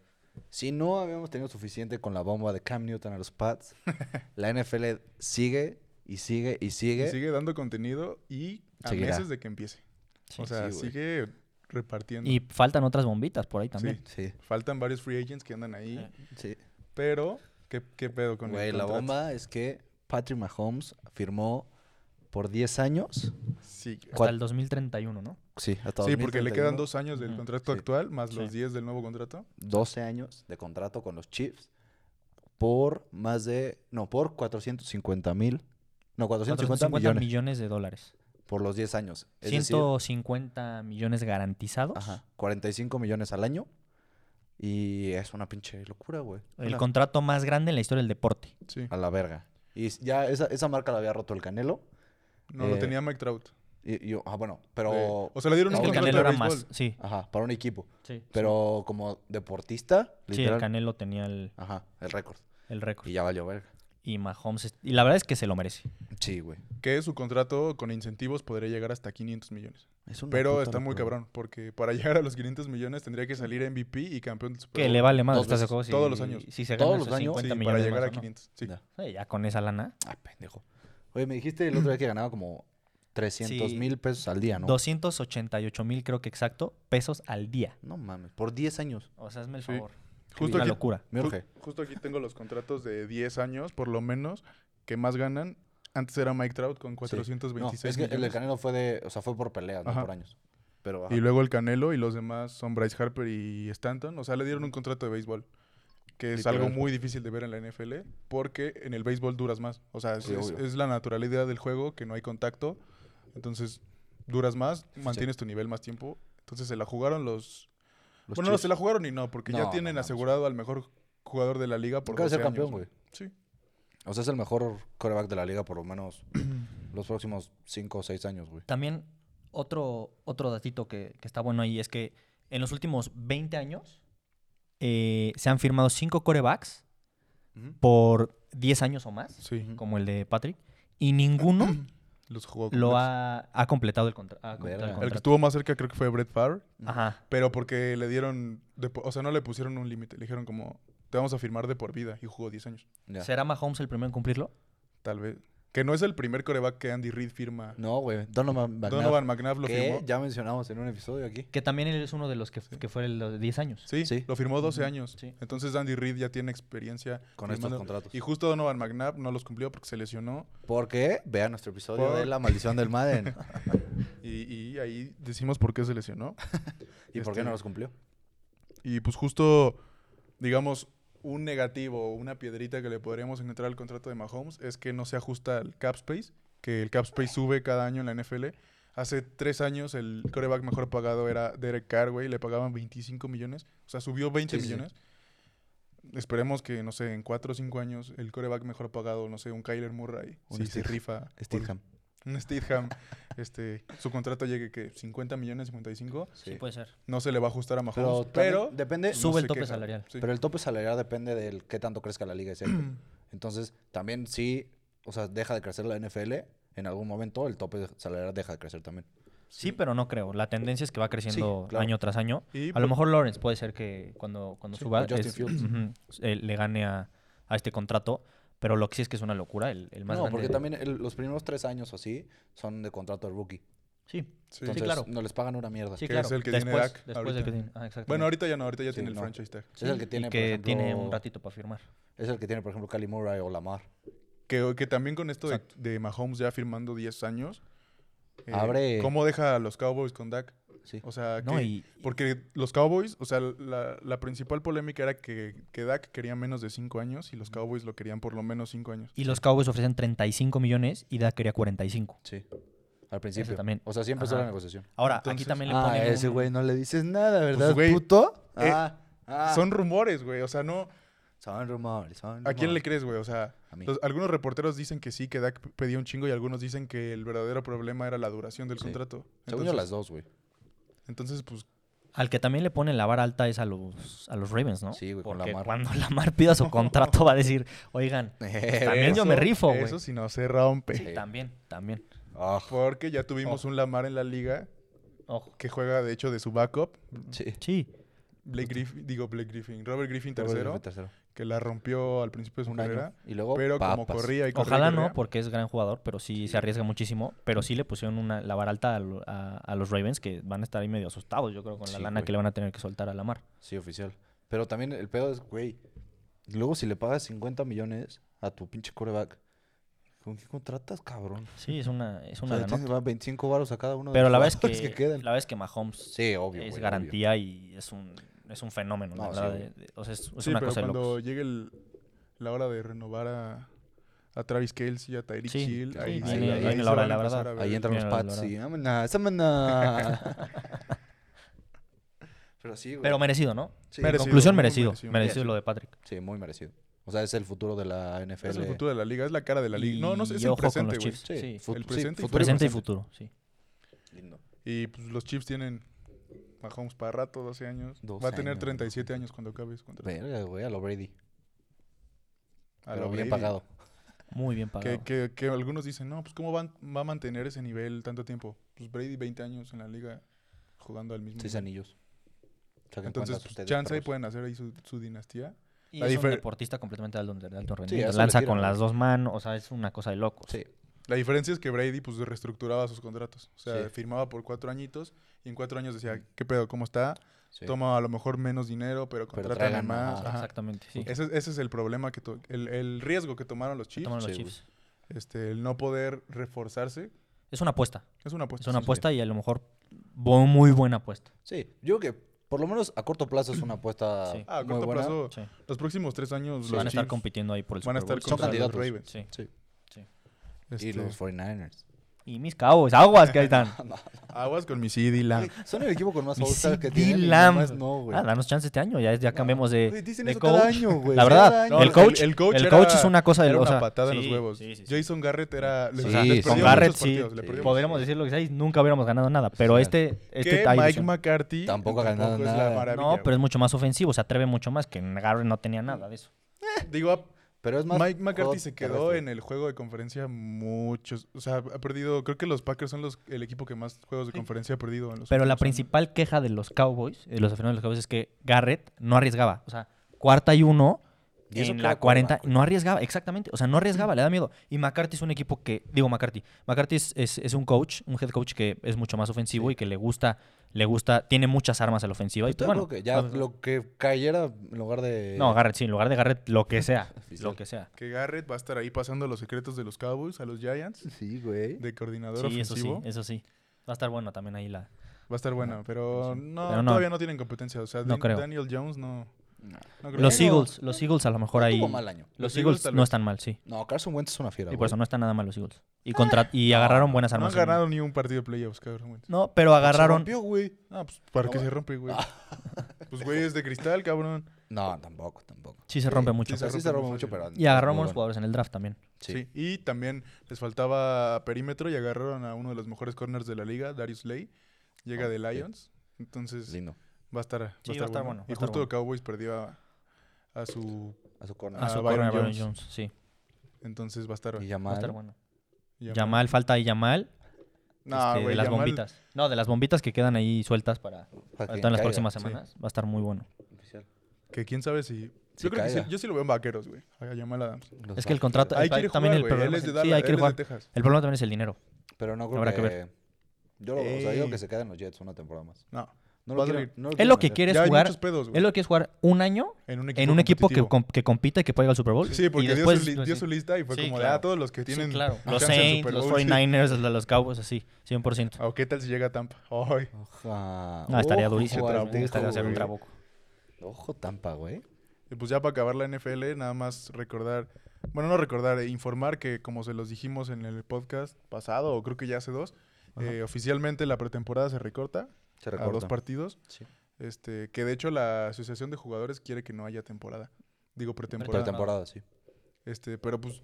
S3: Si no habíamos tenido suficiente con la bomba de Cam Newton a los
S1: *laughs*
S3: Pats, la NFL sigue y sigue y
S1: Y
S3: sigue.
S1: sigue dando contenido y a
S3: Seguirá.
S1: meses de que empiece. o sea,
S3: sí, güey.
S1: sigue repartiendo.
S4: Y faltan otras bombitas por ahí también.
S1: Sí,
S3: Sí,
S1: faltan varios free agents que andan ahí,
S3: sí.
S1: pero ¿qué, qué pedo con el
S3: Güey, la
S1: contrato?
S3: bomba es que Patrick Mahomes firmó por 10 años.
S1: Sí, güey.
S4: Hasta
S3: ¿Cuál?
S4: el 2031, ¿no?
S3: Sí, hasta
S1: Sí, porque le
S3: 2031,
S1: quedan dos años del
S4: Ujú.
S1: contrato
S3: Sí.
S1: actual, más los
S4: Sí.
S1: 10 del nuevo contrato.
S3: 12 años de contrato con los Chiefs por más de. No, por 450 mil. No, 450,
S4: 450
S3: millones,
S4: millones. de dólares.
S3: por los 10 años. Es decir,
S4: 150 millones garantizados.
S3: Ajá, 45 millones al año. Y es una pinche locura, güey.
S4: El
S1: Una-
S4: contrato más grande en la historia del deporte.
S1: Sí,
S3: A la verga. Y s- ya esa, esa marca la había roto el Canelo.
S1: no lo
S3: Eh,
S1: tenía Mike Trout.
S3: Y, y yo- ah, bueno,
S1: Eh,
S3: pero.
S1: o sea, le dieron
S4: Es
S1: un
S4: que el
S1: contrato
S4: Canelo
S1: de
S4: era
S1: béisbol.
S4: más. Sí.
S3: Ajá, para un equipo.
S4: Sí.
S3: Pero como deportista,
S4: Sí, el
S3: literal.
S4: Canelo tenía el,
S3: Ajá, el récord.
S4: el récord.
S3: Y ya valió verga.
S4: Y Mahomes. es- Y la verdad es que se lo merece.
S3: Sí, güey.
S1: Que su contrato con incentivos podría llegar hasta 500 millones. Pero está muy cabrón, porque para *laughs* llegar a los 500 millones tendría que salir MVP y campeón del Super
S4: Que
S1: Bowl.
S4: le vale más.
S3: Dos veces,
S1: todos los años.
S4: Si se gana
S3: Todos
S4: esos
S3: los años,
S4: 50
S1: Sí,
S4: millones
S1: para llegar
S4: más,
S1: a
S4: ¿o no?
S1: 500. Sí.
S3: Ya.
S4: Sí, ya con esa lana.
S3: Ah, pendejo. Oye, me dijiste el otro día que ganaba como 300
S4: Sí.
S3: mil pesos al día, ¿no?
S4: 288 mil, creo que exacto, pesos al día.
S3: No mames, por 10 años.
S4: O sea, hazme el
S1: Sí.
S4: favor.
S1: Justo
S4: una
S1: aquí-
S4: locura.
S3: Me
S1: Ju-
S3: urge.
S1: Justo aquí tengo los contratos de 10 años, por lo menos, que más ganan. Antes era Mike Trout con
S3: Sí.
S1: 426
S3: No, es que el del
S1: millones.
S3: Canelo fue de. O sea, fue por peleas,
S1: Ajá.
S3: no por años. Pero. ajá.
S1: Y luego el Canelo y los demás son Bryce Harper y Stanton. O sea, le dieron un contrato de béisbol. Que es algo
S3: Literal.
S1: muy difícil de ver en la NFL porque en el béisbol duras más. O sea, es,
S3: Sí,
S1: es-
S3: obvio.
S1: es la naturalidad del juego que no hay contacto. Entonces, duras más, mantienes tu nivel más tiempo. Entonces, se la jugaron los...
S3: Los
S1: bueno, no,
S3: Chiefs.
S1: se la jugaron y no, porque
S3: No,
S1: ya
S3: no
S1: tienen
S3: mames.
S1: asegurado al mejor jugador de la liga por
S3: Nunca va a ser
S1: 12 años,
S3: campeón,
S1: ¿no?
S3: güey.
S1: Sí.
S3: O sea, es el mejor coreback de la liga por
S1: *clears throat*
S3: lo menos los próximos 5 o 6 años, güey.
S4: También otro, otro datito que, que está bueno ahí es que en los últimos 20 años eh, se han firmado 5 corebacks por 10 años o más,
S1: Sí.
S4: como el de Patrick, y
S1: *clears throat*
S4: ninguno
S1: Los jugó
S4: lo
S1: completos.
S4: ha, ha completado el, contra- ha completado el
S3: Verga.
S1: El que
S4: contrato.
S1: estuvo más cerca creo que fue Brett Favre,
S4: Ajá.
S1: pero porque le dieron, de po- o sea, no le pusieron un límite, le dijeron como, te vamos a firmar de por vida y jugó 10 años,
S3: Ya.
S4: ¿Será Mahomes el primero en cumplirlo?
S1: tal vez. Que no es el primer coreback que Andy Reid firma.
S3: No, güey. Donovan McNabb.
S1: Donovan McNabb lo
S3: que
S1: firmó.
S3: ya mencionamos en un episodio aquí.
S4: Que también él es uno de los que, que fue el de 10 años.
S1: Sí,
S3: Sí.
S1: lo firmó 12 años.
S4: Sí.
S1: Entonces Andy Reid ya tiene experiencia
S3: Con estos
S1: firmando-
S3: contratos.
S1: Y justo Donovan McNabb no los cumplió porque se lesionó
S3: Porque vean nuestro episodio
S1: Por-
S3: de La Maldición
S1: *laughs*
S3: del Madden.
S1: y, y ahí decimos por qué se lesionó.
S3: ¿Y por qué
S1: Este-
S3: no los cumplió?
S1: Y pues justo, digamos, un negativo o una piedrita que le podríamos encontrar al contrato de Mahomes es que no se ajusta al cap space, que el cap space sube cada año en la NFL. Hace tres años el coreback mejor pagado era Derek Carr, güey, le pagaban 25 millones, o sea, subió 20
S3: Sí, sí, sí.
S1: millones. Esperemos que, no sé, en cuatro o cinco años el coreback mejor pagado, no sé, un Kyler Murray,
S3: Un
S1: si se
S3: Steve-
S1: rifa. por-
S3: Steelham.
S1: Un Steadham, este, su contrato llegue que 50 millones, 55,
S4: Sí, puede ser.
S1: no se le va a ajustar a
S3: Pero,
S1: Mahomes,
S3: también
S1: pero...
S3: depende,
S1: no
S4: Sube el
S1: se
S4: tope
S1: queja.
S4: salarial.
S1: Sí.
S3: pero el tope salarial depende del qué tanto crezca la liga ese
S1: *clears throat*
S3: año. Entonces, también sí, o sea, deja de crecer la NFL, en algún momento el tope salarial deja de crecer también.
S4: Sí, pero no creo. La tendencia es que va creciendo
S3: claro.
S4: año tras año.
S1: Y pues
S4: a lo
S1: pu-
S4: mejor Lawrence puede ser que cuando, cuando suba
S3: o Justin
S4: es-
S3: Fields.
S4: ujú, eh, le gane a, a este contrato. Pero lo que sí es que es una locura. El, el más
S3: no,
S4: grande-
S3: porque también el- los primeros tres años o así son de contrato de rookie.
S4: Sí.
S1: Sí.
S3: Entonces,
S4: claro.
S3: no les pagan una mierda.
S4: Sí,
S1: Que
S4: claro.
S1: es el que tiene
S4: después,
S1: DAC
S4: después
S1: ahorita.
S4: del que tiene. Ah, exactamente.
S1: Bueno, ahorita ya no, ahorita ya
S3: Sí,
S1: tiene el
S3: no.
S1: franchise tag.
S3: Es el que
S4: Y
S3: tiene, por
S4: que
S3: ejemplo,
S4: tiene un ratito para firmar.
S3: Es el que tiene, por ejemplo, Cali Murray o Lamar.
S1: Que, que también con esto de, de Mahomes ya firmando 10 años. eh,
S3: Abre-
S1: ¿Cómo deja a los Cowboys con Dak?
S3: Sí.
S1: O sea,
S4: No,
S1: que-
S4: y-
S1: porque los Cowboys, o sea, la, la principal polémica era que, que Dak quería menos de 5 años y los Cowboys lo querían por lo menos 5 años.
S4: Y los Cowboys ofrecen 35 millones y Dak quería 45.
S3: Sí. Al principio.
S4: también.
S3: O sea, siempre es
S4: Ajá.
S3: la negociación.
S4: Ahora, aquí
S1: Entonces-
S4: también le
S3: Ah,
S4: ponen.
S3: ese
S4: un-
S3: güey no le dices nada, ¿verdad,
S1: Pues, güey,
S3: puto?
S1: eh,
S3: ah, ah.
S1: Son rumores, güey. O sea, no.
S3: Son rumores, son
S1: ¿A quién le
S3: rumores.
S1: crees, güey? O sea,
S3: A mí.
S1: los- algunos reporteros dicen que sí, que Dak p- pedía un chingo y algunos dicen que el verdadero problema era la duración del
S3: Sí.
S1: contrato.
S3: Según yo, las dos, güey.
S1: entonces, pues,
S4: Al que también le ponen la vara alta es a los, a los Ravens, ¿no?
S3: Sí, güey, con
S4: Porque
S3: Lamar. Eh,
S4: cuando *laughs* Lamar pida su contrato va a decir,
S3: *laughs*
S4: oigan, pues, también yo me
S1: eso-
S4: rifo, güey.
S1: Eso si no se rompe.
S4: Sí, Oh. también, también.
S3: Ah,
S1: Porque ya tuvimos un Lamar en la liga
S4: Ojo.
S1: que juega, de hecho, de su backup.
S3: sí.
S4: Sí.
S1: Blake Griffin, digo Blake Griffin, Robert Griffin
S3: Tercero,
S1: tercero,
S3: tercero.
S1: que la rompió al principio de su
S3: Un
S1: carrera.
S3: año. Y luego,
S1: Pero como
S3: papas.
S1: corría y corría. y
S4: Ojalá
S3: ¿eh?
S1: corría,
S4: no, porque es gran jugador, pero sí, se arriesga muchísimo. Pero sí le pusieron una, la vara alta a, lo- a- a los Ravens, que van a estar ahí medio asustados, yo creo, con la
S3: Sí,
S4: lana
S3: güey.
S4: que le van a tener que soltar a Lamar.
S3: Sí, oficial. Pero también el pedo es, güey, luego si le pagas 50 millones a tu pinche coreback, ¿con qué contratas, cabrón?
S4: Sí, es una, es
S3: O
S4: una
S3: sea,
S4: lanota.
S3: tienes que pagar 25 varos a cada uno de
S4: Pero
S3: los
S4: la verdad es
S3: jugadores
S4: que,
S3: quedan.
S4: la verdad es que Mahomes
S3: Sí, obvio,
S4: es
S3: güey,
S4: garantía y es un, es un fenómeno, la
S3: No, sí,
S4: verdad,
S3: obvio.
S4: de- de- o sea, es, es
S1: Sí,
S4: una
S1: pero
S4: cosa de
S1: cuando
S4: locos.
S1: llegue el- la hora de renovar a, a Travis Kelsey, a Tyreek
S4: Sí,
S1: Hill,
S4: sí,
S1: ahí,
S3: viene-
S1: se-
S3: viene
S1: ahí
S3: la
S1: se
S4: hora
S1: van
S4: de la
S1: a empezar
S4: verdad.
S1: a ver
S3: Ahí
S1: el-
S3: entran los
S4: Mira, la
S3: Pats
S4: verdad.
S3: y "Vámonos, vámonos". Pero sí, güey.
S4: Pero merecido, ¿no?
S3: Sí,
S1: merecido,
S4: Conclusión,
S1: muy
S4: merecido.
S1: merecido.
S4: Merecido, lo de Patrick.
S3: sí, muy merecido. O sea, es el futuro de la NFL.
S1: Es el futuro de la liga, es la cara de la liga. No, no, es
S4: Y
S1: es
S4: ojo
S1: el
S4: con los
S1: presente, güey.
S4: Chiefs.
S3: Sí,
S4: Sí,
S3: fut-
S1: el
S3: sí,
S1: presente y
S3: futuro
S4: Presente y
S1: presente.
S4: futuro, sí.
S3: Lindo.
S1: Y pues, los Chiefs tienen Mahomes para rato, 12 años.
S3: 12
S1: Va a tener
S3: años,
S1: 37 años cuando acabe su contrato.
S3: Verga, güey, a lo Brady.
S1: A
S3: pero
S1: lo
S3: bien
S1: Brady.
S3: pagado.
S4: Muy bien pagado.
S1: Que, que- que algunos dicen, no, pues ¿cómo van, va a mantener ese nivel tanto tiempo? Pues Brady 20 años en la liga jugando al mismo
S3: Seis
S1: nivel.
S3: anillos. Saquen
S1: Entonces,
S3: cuentas
S1: pues,
S3: ustedes,
S1: chance ahí
S3: perros.
S1: pueden hacer ahí su, su dinastía.
S4: Y
S1: La
S4: es un
S1: difer-
S4: deportista completamente de alto, de alto
S3: Sí, a
S4: rendimiento.
S3: eso le
S4: Lanza
S3: tiran,
S4: con
S3: güey.
S4: las dos manos, o sea, es una cosa de locos.
S3: Sí.
S1: La diferencia es que Brady pues reestructuraba sus contratos. O sea,
S3: Sí.
S1: firmaba por cuatro añitos y en cuatro años decía, ¿qué pedo? ¿Cómo está?
S3: sí.
S1: Toma a lo mejor menos dinero, pero
S3: Pero
S1: contratan
S3: traigan
S1: más.
S3: más.
S1: Ajá.
S4: Exactamente, sí.
S1: Ese, ese es el problema, que to- el, el riesgo que tomaron los Chiefs.
S4: Tomaron los
S3: sí, güey.
S4: Chiefs.
S1: Este, el no poder reforzarse.
S4: Es una apuesta.
S1: Es una apuesta.
S4: Es una
S1: sí.
S4: apuesta y a lo mejor bu- muy buena apuesta.
S3: Sí, yo creo que por lo menos a corto plazo es una apuesta
S4: Sí.
S1: Ah, a
S3: muy
S1: corto
S3: buena.
S1: plazo,
S4: Sí.
S1: los próximos tres años los
S4: Van a estar
S1: Chiefs
S4: compitiendo ahí por el
S1: van a
S4: Super
S1: estar
S4: Bowl.
S3: Son
S1: contra los Ravens.
S3: candidatos.
S4: Sí.
S3: Sí. Y
S1: Este,
S3: los 49ers.
S4: Y mis Cowboys, aguas que ahí están.
S1: Aguas con mi CD Lamb.
S3: Son el equipo con
S4: *laughs*
S3: más
S4: Mis
S3: all que
S4: CD
S3: tienen. y
S4: Lamb.
S3: nomás no, güey.
S4: Ah, danos chance este año, ya, ya cambiamos de,
S3: Güey, dicen
S4: de
S3: eso
S4: coach.
S3: cada año,
S4: *laughs*
S3: güey.
S4: La
S3: Cada
S4: verdad,
S3: año.
S1: No,
S4: el coach, el, coach
S1: era-
S4: es una cosa de
S1: era
S4: o
S1: una
S4: sea,
S1: patada en
S4: sí,
S1: los huevos.
S4: sí, sí, sí.
S1: Jason Garrett era. les-
S3: Sí,
S1: o sea, les
S3: sí,
S4: Con
S1: perdió
S4: Garrett
S1: muchos
S4: sí,
S1: partidos, le perdió
S4: podríamos
S1: muchos.
S4: decir lo que sea, nunca hubiéramos ganado nada, pero
S3: claro.
S4: este, este
S1: que
S4: hay
S1: Mike
S4: ilusión.
S1: McCarthy
S3: Tampoco ha ganado
S1: es la
S3: nada.
S1: maravilla,
S4: No, pero es mucho más ofensivo, se atreve mucho más que Garrett no tenía nada de eso.
S1: güey. Digo, ah,
S3: Pero es más.
S1: Mike McCarthy
S3: juego
S1: se quedó
S3: terrestre.
S1: en el juego de conferencia muchos. O sea, ha perdido. Creo que los Packers son los, el equipo que más juegos de conferencia ha perdido. En los
S4: Pero la
S1: últimos años.
S4: principal queja de los Cowboys, de los aficionados de los Cowboys, es que Garrett no arriesgaba. O sea, cuarta y uno,
S3: Y eso
S4: en
S3: que
S4: la
S3: era
S4: 40,
S3: quarterback,
S4: no arriesgaba, exactamente. O sea, no arriesgaba, le da miedo. Y McCarthy es un equipo que, digo McCarthy, McCarthy es, es- es un coach, un head coach que es mucho más ofensivo y que le gusta, le gusta, tiene muchas armas a la ofensiva. Y
S3: Yo
S4: pues, bueno,
S3: creo que ya
S4: vamos-
S3: lo que cayera en lugar de.
S4: No, Garrett, sí, en lugar de Garrett, lo que
S3: *laughs*
S4: sea,
S3: Oficial.
S4: lo que sea.
S1: Que Garrett va a estar ahí pasando los secretos de los Cowboys a los Giants
S3: Sí, güey.
S1: de coordinador
S4: Sí, eso sí,
S1: ofensivo.
S4: eso sí. Va a estar bueno también ahí la...
S1: Va a estar bueno, pero no,
S4: Pero no.
S1: todavía no tienen competencia. O sea,
S4: No
S1: Dan-
S4: creo.
S1: Daniel Jones no. no creo.
S4: Los
S1: Pero-
S4: Eagles, los Eagles a lo mejor
S3: No
S4: ahí...
S3: tuvo mal año.
S4: Los
S1: Los Eagles
S4: Eagles
S1: tal
S4: no
S1: vez.
S4: están mal, sí.
S3: No, Carson Wentz es una fiera.
S4: Y por
S3: güey.
S4: eso no están nada mal los Eagles. Y, contra, y agarraron buenas
S1: No
S4: armas.
S1: han
S4: en-
S1: ganado ni un partido de playoffs, cabrón. güey.
S4: No, pero
S3: Se
S4: agarraron.
S3: rompió, güey.
S1: Ah, pues para que se rompe, güey. *laughs* Pues güey, es de cristal, cabrón.
S3: No, tampoco, tampoco.
S4: Sí, se rompe mucho.
S3: Sí, se, sí se rompe mucho, pero.
S4: Y agarraron
S3: muy
S4: buenos
S3: bueno.
S4: jugadores en el draft también.
S1: Sí.
S3: Sí.
S1: Y también les faltaba perímetro y agarraron a uno de los mejores corners de la liga, Darius Lay. Llega
S3: Ah,
S1: de
S3: sí.
S1: Lions. Entonces
S3: Lindo.
S1: va a estar,
S4: Sí,
S1: va a estar bueno.
S4: va a
S1: Y
S4: estar
S1: justo
S4: bueno.
S1: Cowboys perdió a, a su.
S3: A su corner.
S1: Ah,
S4: a su
S1: Byron
S4: corner, Byron
S1: Jones.
S4: Jones. Sí,
S1: Entonces va a estar.
S3: Y
S4: va a
S3: Yamal.
S4: estar bueno.
S1: Yamal.
S4: Yamal, falta ahí Yamal.
S1: No,
S4: este,
S1: güey,
S4: de las
S1: Yamal-
S4: bombitas. No, de las bombitas que quedan ahí sueltas para,
S3: Para
S4: para
S3: que
S4: todas las
S3: caiga.
S4: próximas
S1: sí.
S4: semanas. Va a estar muy bueno.
S3: Oficial.
S1: Que quién sabe si.
S3: Sí,
S1: Yo creo que sí,
S3: caiga.
S1: yo sí lo veo en vaqueros, güey. A Yamal Adams.
S3: Los
S4: Es que el
S3: Packers.
S4: contrato.
S1: Ahí
S4: pa-
S1: quiere
S4: también el
S1: jugar, güey. Él
S4: problema
S1: es de
S4: el- sí,
S1: Dallas,
S4: hay que
S1: él es de
S4: jugar.
S1: Texas.
S4: El problema también es el dinero.
S3: Pero no creo
S4: Habrá que
S3: que,
S4: ver.
S3: Yo lo, o sea, digo
S1: Ey.
S3: que se queda en los Jets una temporada más.
S1: No.
S3: No
S1: Va
S3: lo
S1: a
S3: quiero,
S1: doler.
S3: no lo
S4: Él
S3: quiero
S4: lo que
S3: vender.
S4: quiere es
S1: Ya hay
S4: jugar.
S1: muchos pedos, güey.
S4: él lo que quiere es jugar un año
S1: En un equipo,
S4: en un equipo que,
S1: competitivo.
S4: com- que compita y que pueda ir al Super Bowl.
S1: Sí, porque
S4: y
S1: dio,
S4: después,
S1: su li- dio su lista y fue
S4: Sí,
S1: como de,
S4: claro.
S1: ah, todos los que
S4: Sí,
S1: tienen
S4: claro. Los
S1: chance en
S4: Saints,
S1: Super
S4: los
S1: Bowl, sí.
S4: 49ers, los- los Cowboys, así, 100%.
S1: ¿O qué tal si llega a Tampa? Ay,
S3: Ajá.
S4: No, estaría
S3: Ojo
S4: durísimo.
S3: al
S1: Ah, trabuco,
S4: Estaría hacer un
S1: güey.
S4: trabuco.
S3: Ojo, Tampa, güey.
S1: Y pues ya para acabar la NFL, nada más recordar, bueno, no recordar, eh, informar que como se los dijimos en el podcast pasado, o creo que ya hace dos, eh, oficialmente la pretemporada se recorta,
S3: Se
S1: a dos
S3: recorta.
S1: partidos.
S3: Sí.
S1: Este, que de hecho la Asociación de Jugadores quiere que no haya temporada. Digo pretemporada.
S3: Pretemporada, sí.
S1: Este, pero pues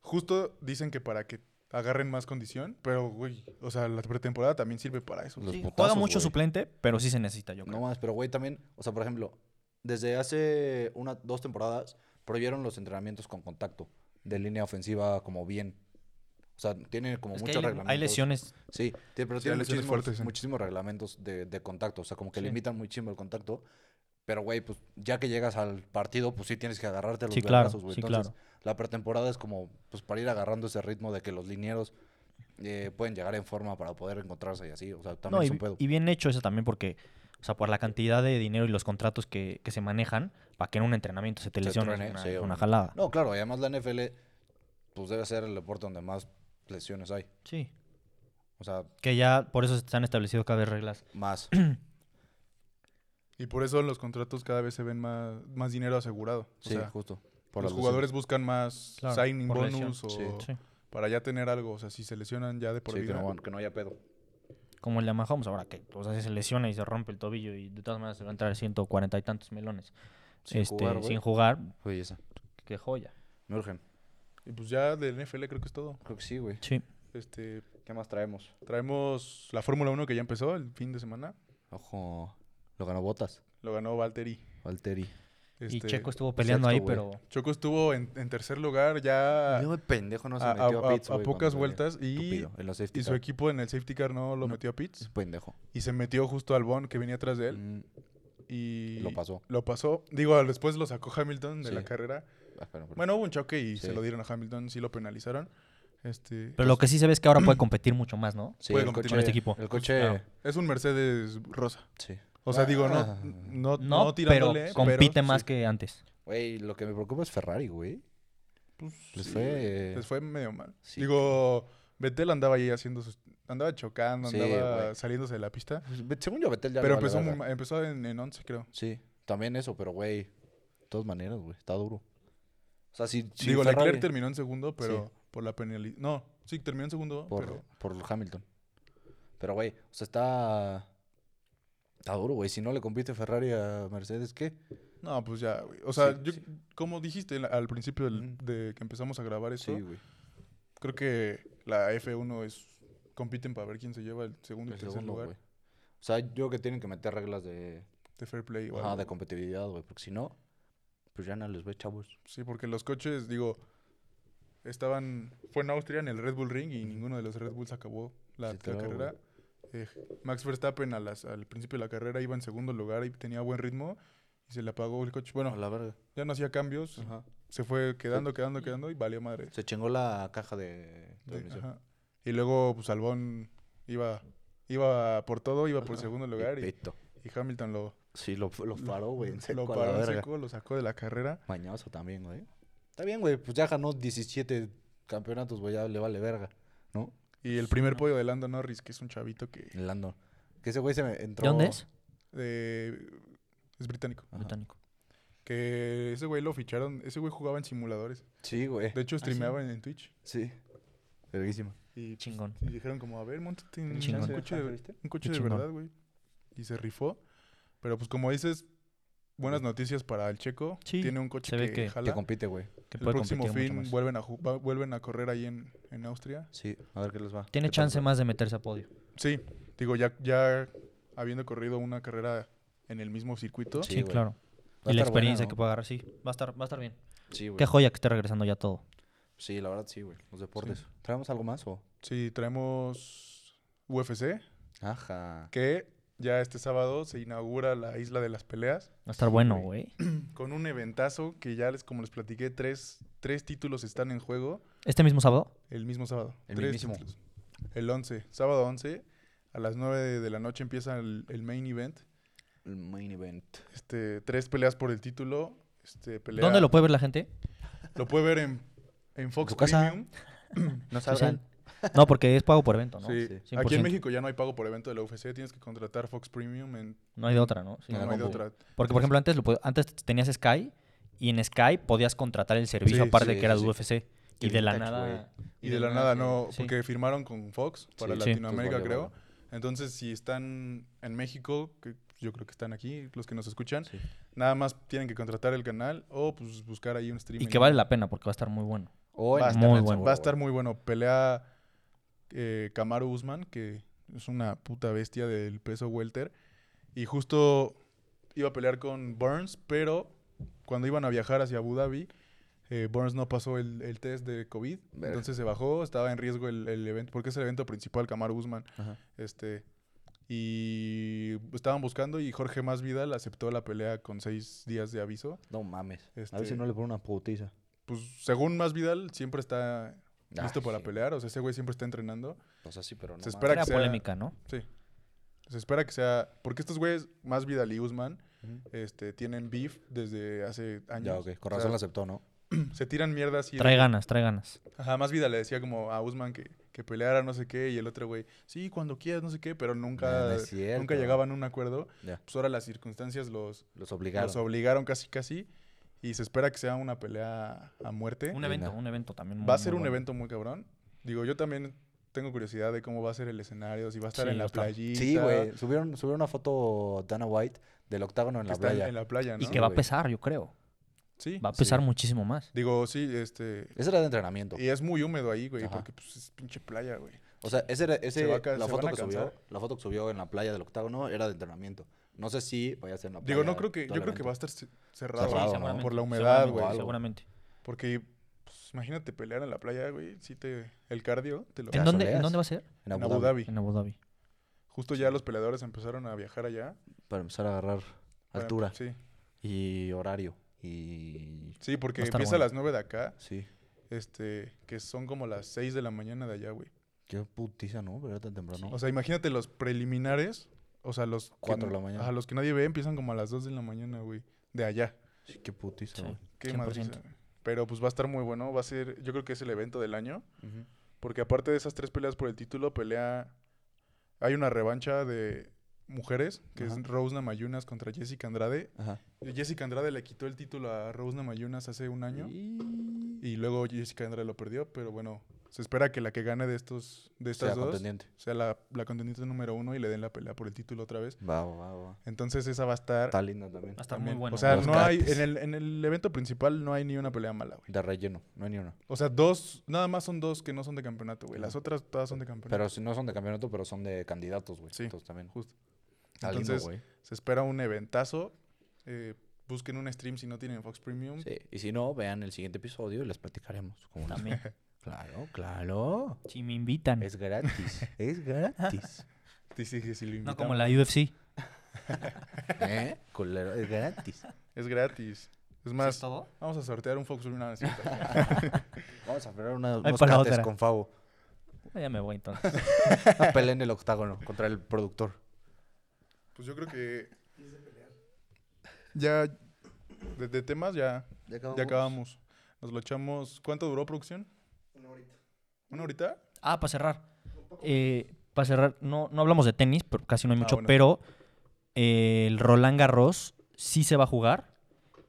S1: justo dicen que para que agarren más condición, pero güey, o sea, la pretemporada también sirve para eso.
S3: Los
S4: Sí, juega
S3: putazos,
S4: mucho
S3: güey.
S4: suplente, pero sí se necesita, yo creo.
S3: No más, pero güey, también, o sea, por ejemplo, desde hace una, dos temporadas prohibieron los entrenamientos con contacto de línea ofensiva como bien. O sea, tiene como
S4: Es que
S3: muchos
S4: hay,
S3: reglamentos.
S4: hay lesiones.
S3: Sí, tie- pero
S1: Sí,
S3: tiene
S1: hay lesiones
S3: muchísimos,
S1: fuertes, sí.
S3: muchísimos reglamentos de, de contacto. O sea, como que
S4: Sí.
S3: limitan muchísimo el contacto. Pero, güey, pues ya que llegas al partido, pues sí tienes que agarrarte los
S4: Sí, claro,
S3: vergazos, güey.
S4: sí,
S3: Entonces,
S4: claro.
S3: la pretemporada es como, pues para ir agarrando ese ritmo de que los linieros eh, pueden llegar en forma para poder encontrarse y así. O sea, también
S4: No,
S3: es un
S4: y,
S3: pedo.
S4: y bien hecho eso también porque, o sea, por la cantidad de dinero y los contratos que, que se manejan, para que en un entrenamiento se te
S3: Se
S4: lesione es
S3: truene,
S4: una,
S3: sí,
S4: es
S3: o-
S4: una jalada.
S3: No, claro, y además la NFL, pues debe ser el deporte donde más lesiones hay.
S4: Sí.
S3: O sea,
S4: Que ya por eso se han establecido cada vez reglas.
S3: más.
S1: Y por eso en los contratos cada vez se ven más, más dinero asegurado. O
S3: sí,
S1: sea,
S3: justo.
S1: los
S3: las lesiones.
S1: jugadores buscan más
S4: Claro,
S1: signing
S4: por
S1: bonus
S4: lesión.
S3: Oh.
S1: o
S4: Sí.
S1: para ya tener algo. O sea, si se lesionan ya de por
S3: Sí, que
S1: vida.
S3: no, que no haya pedo.
S4: Como el de Mahomes, ahora que o sea, si se lesiona y se rompe el tobillo y de todas maneras se va a entrar 140 y tantos melones
S3: Sin
S4: este,
S3: jugar, güey.
S4: sin jugar,
S3: Oye, esa.
S4: qué joya.
S3: Me urgen.
S1: Y pues ya del NFL creo que es todo.
S3: Creo que sí, güey.
S4: Sí.
S1: Este,
S3: ¿Qué más traemos?
S1: traemos la Fórmula 1 que ya empezó el fin de semana.
S3: Ojo, lo ganó Botas,
S1: Lo ganó Valtteri.
S3: Valtteri.
S4: Y
S1: Este,
S4: Checo estuvo peleando
S3: sexto,
S4: ahí,
S3: güey.
S4: pero
S1: Checo estuvo en, en tercer lugar ya
S3: Yo, pendejo, no se
S1: Ah, a, a-
S3: metió a,
S1: a-
S3: pits,
S1: a
S3: güey, cuando
S1: pocas
S3: salía.
S1: vueltas y,
S3: Estúpido, en los safety
S1: y su
S3: car.
S1: equipo en el safety car no lo metió a pits
S3: Es pendejo.
S1: y se metió justo al Bond que venía atrás de él.
S3: Mm,
S1: Y
S3: Lo pasó.
S1: Lo pasó. Digo, después lo sacó Hamilton de
S3: Sí.
S1: la carrera.
S3: ah, espera, espera.
S1: Bueno, hubo un choque y
S3: Sí.
S1: se lo dieron a Hamilton, sí lo penalizaron. Este,
S4: pero lo que sí se ve es que ahora puede competir mucho más, ¿no?
S3: Sí,
S1: puede
S3: el
S1: competir
S3: coche,
S1: con
S4: este equipo.
S3: El coche,
S4: Claro.
S1: pues, es un Mercedes rosa.
S3: sí.
S1: O sea, digo, no,
S3: Ah.
S4: No,
S1: no, no,
S4: pero
S1: tirándole,
S4: compite
S1: pero
S4: más
S1: sí,
S4: que antes.
S3: Güey, lo que me preocupa es Ferrari, güey. les
S1: Pues sí,
S3: fue...
S1: les fue medio mal.
S3: sí.
S1: Digo, Vettel andaba ahí haciendo sus... Andaba chocando,
S3: Sí,
S1: andaba
S3: güey.
S1: saliéndose de la pista.
S3: Pues, ve- Según yo, Betel ya le
S1: Pero
S3: vale
S1: empezó, muy
S3: verga.
S1: ma- empezó en, en 11, creo.
S3: Sí, también eso, pero güey, de todas maneras, güey, está duro. O sea, si, si
S1: Digo,
S3: Ferrari-
S1: Leclerc terminó en segundo, pero por la penalización. No, sí, terminó en segundo,
S3: por,
S1: pero...
S3: por Hamilton. Pero, güey, o sea, está. Está duro, güey. Si no le compite Ferrari a Mercedes, ¿qué?
S1: No, pues ya, güey. O sea,
S3: Sí,
S1: yo,
S3: sí.
S1: como dijiste la- al principio del-
S3: Ujú.
S1: de que empezamos a grabar esto,
S3: güey.
S1: creo que la F1 es... Compiten para ver quién se lleva el segundo y
S3: El
S1: tercer
S3: segundo,
S1: lugar
S3: güey. O sea, yo creo que tienen que meter reglas de,
S1: de fair play. o
S3: ajá,
S1: algo.
S3: de competitividad, güey. Porque si no, pues ya no les ve, chavos.
S1: Sí, porque los coches, digo, estaban... Fue en Austria en el Red Bull Ring y ninguno de los Red Bulls acabó la,
S3: Sí,
S1: la
S3: claro, güey.
S1: carrera. Eh, Max Verstappen a las- al principio de la carrera iba en segundo lugar y tenía buen ritmo y se le apagó el coche. Bueno,
S3: A la verga.
S1: ya no hacía cambios,
S3: Ajá.
S1: se fue quedando, quedando, quedando y valió madre.
S3: Se chingó la caja de
S1: De-
S3: transmisión.
S1: ajá. Y luego, pues Albón iba, iba por todo, iba por segundo lugar y,
S3: Pito.
S1: y Hamilton lo,
S3: Sí, lo,
S1: *laughs*
S3: lo paró, güey. en
S1: lo
S3: seco a la
S1: paró en
S3: verga.
S1: seco, lo sacó de la carrera.
S3: Mañoso también, güey. Está bien, güey. Pues ya ganó 17 campeonatos, güey. Ya le vale verga, ¿no?
S1: Y el primer pollo de Lando Norris, que es un chavito que
S3: El Landon. Que ese güey se me entró.
S4: ¿De dónde es?
S1: eh, es británico.
S3: Ajá.
S4: Británico.
S1: Que ese güey lo ficharon, ese güey jugaba en simuladores.
S3: Sí, güey.
S1: De hecho, streameaba en, en Twitch.
S3: Sí. Verguísima.
S1: Y, pues,
S4: Chingón.
S1: y dijeron como, a ver, montate un,
S4: chingón.
S1: un coche, de, un coche de
S4: chingón.
S1: verdad, güey. Y se rifó. Pero pues como dices, buenas noticias para el checo.
S4: Sí,
S1: Tiene un coche
S4: se ve
S1: que,
S4: que-
S1: jala.
S3: Que compite, güey.
S4: Que
S1: El
S4: puede
S1: próximo
S4: competir mucho
S1: fin
S4: más.
S1: vuelven a, ju- va- vuelven a correr ahí en, en Austria.
S3: Sí. A ver qué les va.
S4: Tiene
S3: ¿Qué
S4: chance
S3: tal?
S4: más de meterse a podio.
S1: Sí, digo, ya, ya habiendo corrido una carrera en el mismo circuito,
S3: Sí,
S4: Sí,
S3: güey.
S4: claro.
S3: Va
S4: Y la
S3: a estar buena,
S4: experiencia
S3: ¿no?
S4: que puede agarrar, sí. Va a estar, va a estar bien.
S3: Sí, güey.
S4: Qué joya que esté regresando ya todo.
S3: Sí, la verdad sí, güey. Los deportes. ¿Traemos algo más o?
S1: sí, traemos UFC,
S3: Ajá.
S1: que ya este sábado se inaugura la Isla de las Peleas,
S4: Va a estar bueno, güey.
S1: con un eventazo que ya les, como les platiqué, tres, tres títulos están en juego
S4: Este mismo sábado.
S1: el mismo sábado.
S3: El
S1: tres
S3: mismísimo.
S1: títulos. El 11, sábado 11, A las 9 de de la noche empieza el, el main event.
S3: El main event.
S1: Este, tres peleas por el título. Este, pelea-
S4: ¿Dónde lo puede ver la gente?
S1: Lo puede ver en, en Fox
S3: tu casa?
S1: Premium.
S3: No
S4: Susan. No, porque es pago por evento, ¿no?
S1: Sí.
S3: Sí.
S1: Aquí en
S4: 100%.
S1: México ya no hay pago por evento de la UFC. Tienes que contratar Fox Premium. En,
S4: No hay de otra, ¿no? Sí.
S3: En
S1: no
S3: la
S1: hay de
S3: compu.
S1: otra.
S4: Porque, por ejemplo, antes, lo pod- antes tenías Sky y en Sky podías contratar el servicio
S1: Sí,
S4: aparte
S3: sí,
S4: que era
S3: sí,
S4: de
S3: sí.
S4: UFC.
S3: Qué
S4: Y de la
S3: vintage,
S4: nada...
S1: Y de la nada, no,
S4: sí.
S1: porque firmaron con Fox para
S3: Sí,
S4: sí.
S1: Latinoamérica,
S3: Entonces,
S1: creo.
S3: vale,
S1: Entonces, si están en México, que yo creo que están aquí, los que nos escuchan,
S3: Sí.
S1: nada más tienen que contratar el canal o pues buscar ahí un
S4: Y
S1: streaming.
S4: que vale la pena porque va a estar muy bueno.
S3: O en
S1: Va a
S3: internet,
S4: estar- muy bueno.
S3: seguro,
S1: Va a estar
S3: güey.
S1: muy bueno. Pelea eh, Kamaru Usman, que es una puta bestia del peso welter. Y justo iba a pelear con Burns, pero cuando iban a viajar hacia Abu Dhabi, eh, Burns no pasó el, el test de COVID.
S3: Verga.
S1: Entonces se bajó, estaba en riesgo el, el evento, porque es el evento principal Kamaru Usman.
S3: Ajá.
S1: Este, y estaban buscando y Jorge Masvidal aceptó la pelea con seis días de aviso.
S3: No mames. A ver
S1: Este-
S3: si no le ponen una putiza.
S1: Pues según Masvidal siempre está listo
S3: Ah,
S1: para
S3: sí.
S1: pelear, o sea, ese güey siempre está entrenando.
S3: O sea, sí, pero no
S1: Se
S3: mames.
S1: espera
S4: Era
S1: que sea-
S4: polémica, ¿no?
S1: Sí. Se espera que sea. Porque estos güeyes, más Vidal y Usman,
S3: Ujú.
S1: este, tienen beef desde hace años.
S3: Ya, ok. Con
S1: O
S3: razón la
S1: sea,
S3: aceptó, ¿no?
S1: Se tiran mierda así. de-
S4: Trae ganas, trae ganas.
S1: Ajá, más Vidal le decía como a Usman que, que peleara, no sé qué, y el otro güey, sí, cuando quieras, no sé qué, pero
S3: No, no
S1: nunca,
S3: es cierto.
S1: nunca llegaban a un acuerdo.
S3: Ya.
S1: Pues ahora las circunstancias los,
S3: Los
S1: los
S3: obligaron.
S1: obligaron casi, casi. Y se espera que sea una pelea a muerte.
S4: Un
S3: Sí,
S4: evento,
S3: no.
S4: un evento también. Mm, muy,
S1: Va a ser
S4: muy
S1: un
S4: bueno.
S1: evento muy cabrón. Digo, yo también tengo curiosidad de cómo va a ser el escenario, si va a estar
S4: Sí, va
S1: en
S4: a
S1: la
S4: estar-
S1: playita.
S3: Sí, güey. Subieron, subieron una foto Dana White del octágono en
S1: que
S3: la
S1: está en-
S3: playa.
S1: en la playa, ¿no?
S4: Y que va a
S3: güey.
S4: pesar, yo creo.
S1: Sí.
S4: Va a
S3: Sí.
S4: pesar muchísimo más.
S1: Digo, sí, este.
S3: Ese era de entrenamiento.
S1: Y es muy húmedo ahí, güey,
S3: Ajá.
S1: porque pues, es pinche playa, güey.
S3: O sea, ese era, ese,
S1: Se va a ca-
S3: la,
S1: se
S3: foto
S1: van a
S3: que subió,
S1: cansar.
S3: la foto que subió en la playa del octágono era de entrenamiento. No sé si vaya a ser en la playa.
S1: Digo, no creo que.
S3: todo
S1: Yo
S3: el
S1: creo que va a
S3: evento.
S1: estar ce- cerrado,
S3: Cerrado,
S1: güey,
S3: ¿no?
S1: por la humedad,
S4: seguramente,
S1: güey.
S4: Seguramente.
S1: Porque, pues, imagínate pelear en la playa, güey. Si te. El cardio te lo.
S4: ¿En
S3: sea,
S4: dónde,
S3: soleas.
S4: ¿En dónde va a ser?
S1: En
S3: En Abu,
S1: Abu
S3: Dhabi,
S1: Dhabi.
S4: En Abu
S1: *laughs*
S4: Dhabi.
S1: Justo ya los peleadores empezaron a viajar allá.
S3: Para empezar a agarrar
S1: para-
S3: altura
S1: Sí.
S3: y horario. Y.
S1: Sí, porque
S4: Va a estar
S1: empieza
S4: bueno.
S1: a las 9 de acá,
S3: Sí.
S1: este, que son como las 6 de la mañana de allá, güey.
S3: Qué putiza, ¿no? Pero era tan temprano.
S1: O sea, imagínate los preliminares. O sea, los. que
S3: Cuatro de
S1: no-
S3: la mañana.
S1: ajá, los que nadie ve empiezan como a las 2 de la mañana, güey. De allá.
S3: Sí, qué putiza,
S4: Sí.
S3: güey.
S1: Qué
S4: 100%.
S1: madriza, güey. Pero pues va a estar muy bueno. Va a ser. Yo creo que es el evento del año.
S3: Ujú.
S1: Porque aparte de esas tres peleas por el título, pelea. Hay una revancha de mujeres, que
S3: Ajá.
S1: es Rose Namayunas contra Jessica Andrade.
S3: Ajá.
S1: Y Jessica Andrade le quitó el título a Rose Namayunas hace un año.
S3: Y...
S1: Y luego Jessica Andrade lo perdió. Pero bueno, se espera que la que gane de estos, de estas
S3: Sea
S1: dos
S3: contendiente.
S1: sea la, la contendiente número uno y le den la pelea por el título otra vez.
S3: Va, va, va.
S1: Entonces esa va a estar.
S3: Está linda también.
S4: Va a estar muy
S1: también.
S4: bueno.
S1: O sea,
S3: Los
S1: no hay.
S3: gatos.
S1: En el, en el evento principal no hay ni una pelea mala, güey.
S3: De relleno, no hay ni una.
S1: O sea, dos. Nada más son dos que no son de campeonato, güey. Las
S3: Ajá.
S1: otras todas son de campeonato.
S3: Pero si no son de campeonato, pero son de candidatos, güey.
S1: Sí.
S3: Entonces también.
S1: Justo.
S3: Está lindo,
S1: Entonces,
S3: güey.
S1: se espera un eventazo. Eh, busquen un stream si no tienen Fox Premium.
S3: Sí, y si no, vean el siguiente episodio y les platicaremos. cómo nos
S4: También.
S3: fue. Claro, claro.
S4: Si me invitan.
S3: Es *laughs* gratis. es gratis.
S1: Dice que si lo
S4: no
S1: invitamos.
S4: como la UFC.
S3: ¿Eh? Culero, es gratis.
S1: Es gratis. Es más,
S4: todo?
S1: vamos a sortear un Fox Premium. No, no es
S3: *laughs*
S1: cierto.
S3: Vamos a esperar una,
S4: Ahí
S3: unos
S4: para la
S3: cates
S4: otra.
S3: con Favo.
S4: Ya me voy
S1: *laughs*
S4: entonces.
S3: Una pelea en el octágono contra el productor.
S1: pues yo creo que. Ya. De, de temas ya,
S3: Ya
S1: ya acabamos. Nos lo echamos. ¿Cuánto duró producción? Una horita. ¿Una horita?
S4: Ah, para cerrar. Eh, para cerrar, no, no hablamos de tenis, pero casi no hay
S1: Ah,
S4: mucho,
S1: bueno.
S4: pero eh, el Roland Garros sí se va a jugar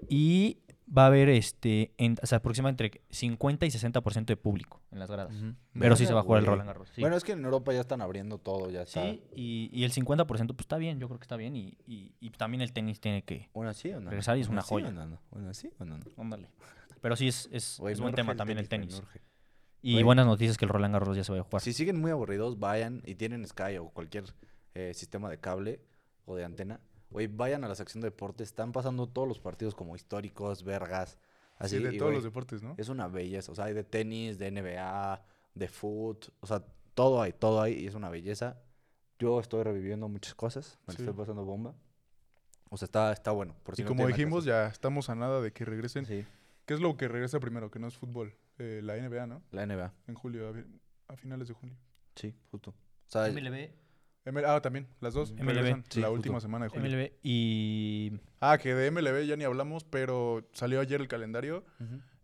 S4: y va a haber este, en- o sea, aproxima entre 50 y 60% de público en las gradas. Pero sí se va a jugar el Roland Garros. sí.
S3: Bueno, es que en Europa ya están abriendo todo, ya está.
S4: Sí, y, y el 50% pues está bien, yo creo que está bien. Y, y- y también el tenis tiene que...
S3: Una sí o no.
S4: Regresar y es una
S3: sí
S4: joya.
S3: o no, no? Una sí o no. no?
S4: Ándale. Pero sí es, es,
S3: Güey,
S4: es
S3: me
S4: buen
S3: urge
S4: tema también el
S3: güey, me
S4: tenis.
S3: urge.
S4: Y
S3: Güey.
S4: buenas noticias que el Roland Garros ya se va a jugar.
S3: Si siguen muy aburridos, vayan y tienen Sky o cualquier eh, sistema de cable o de antena. Güey, vayan a la sección de deportes. Están pasando todos los partidos como históricos, vergas. Así
S1: Sí, de
S3: y,
S1: todos
S3: güey,
S1: los deportes, ¿no?
S3: Ah, Es una belleza. O sea, hay de tenis, de NBA, de foot. O sea, todo hay, todo hay. Y es una belleza. Yo estoy reviviendo muchas cosas. Me la
S1: Sí.
S3: estoy pasando bomba. O sea, está, está bueno. por si
S1: y
S3: no
S1: como
S3: tienen nada que
S1: dijimos,
S3: hacer.
S1: ya estamos a nada de que regresen.
S3: Sí,
S1: ¿Qué es lo que regresa primero? Que no es fútbol. Eh, la NBA, ¿no?
S3: la NBA.
S1: En julio, a, vi- a finales de julio.
S3: Sí, justo. O sea,
S4: MLB,
S1: ML ah, también, las dos.
S4: MLB,
S1: regresan
S3: sí,
S1: la
S3: justo.
S1: última semana de junio.
S4: MLB y
S1: Ah, que de MLB ya ni hablamos, pero salió ayer el calendario.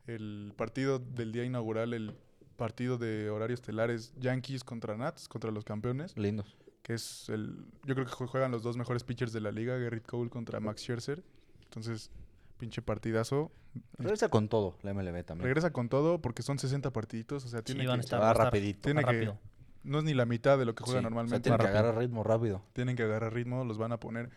S1: El partido del día inaugural, el partido de horario estelar es Yankees contra Nats, contra los campeones,
S3: Lindos.
S1: que es el... Yo creo que jue- juegan los dos mejores pitchers de la liga, Gerrit Cole contra Max Scherzer. Entonces, pinche partidazo.
S3: Regresa con todo la MLB también.
S1: Mm. Regresa con todo porque son 60 partiditos, o sea, tiene
S4: sí, van a
S1: que-
S4: estar,
S3: va
S4: van a estar
S3: rapidito.
S1: Tiene que-
S4: rápido.
S1: no es ni la mitad de lo que
S3: Sí,
S1: juega
S3: o sea,
S1: normalmente.
S3: tienen
S1: Más
S3: que
S1: rápido.
S3: agarrar ritmo rápido.
S1: tienen que agarrar ritmo, los van a poner.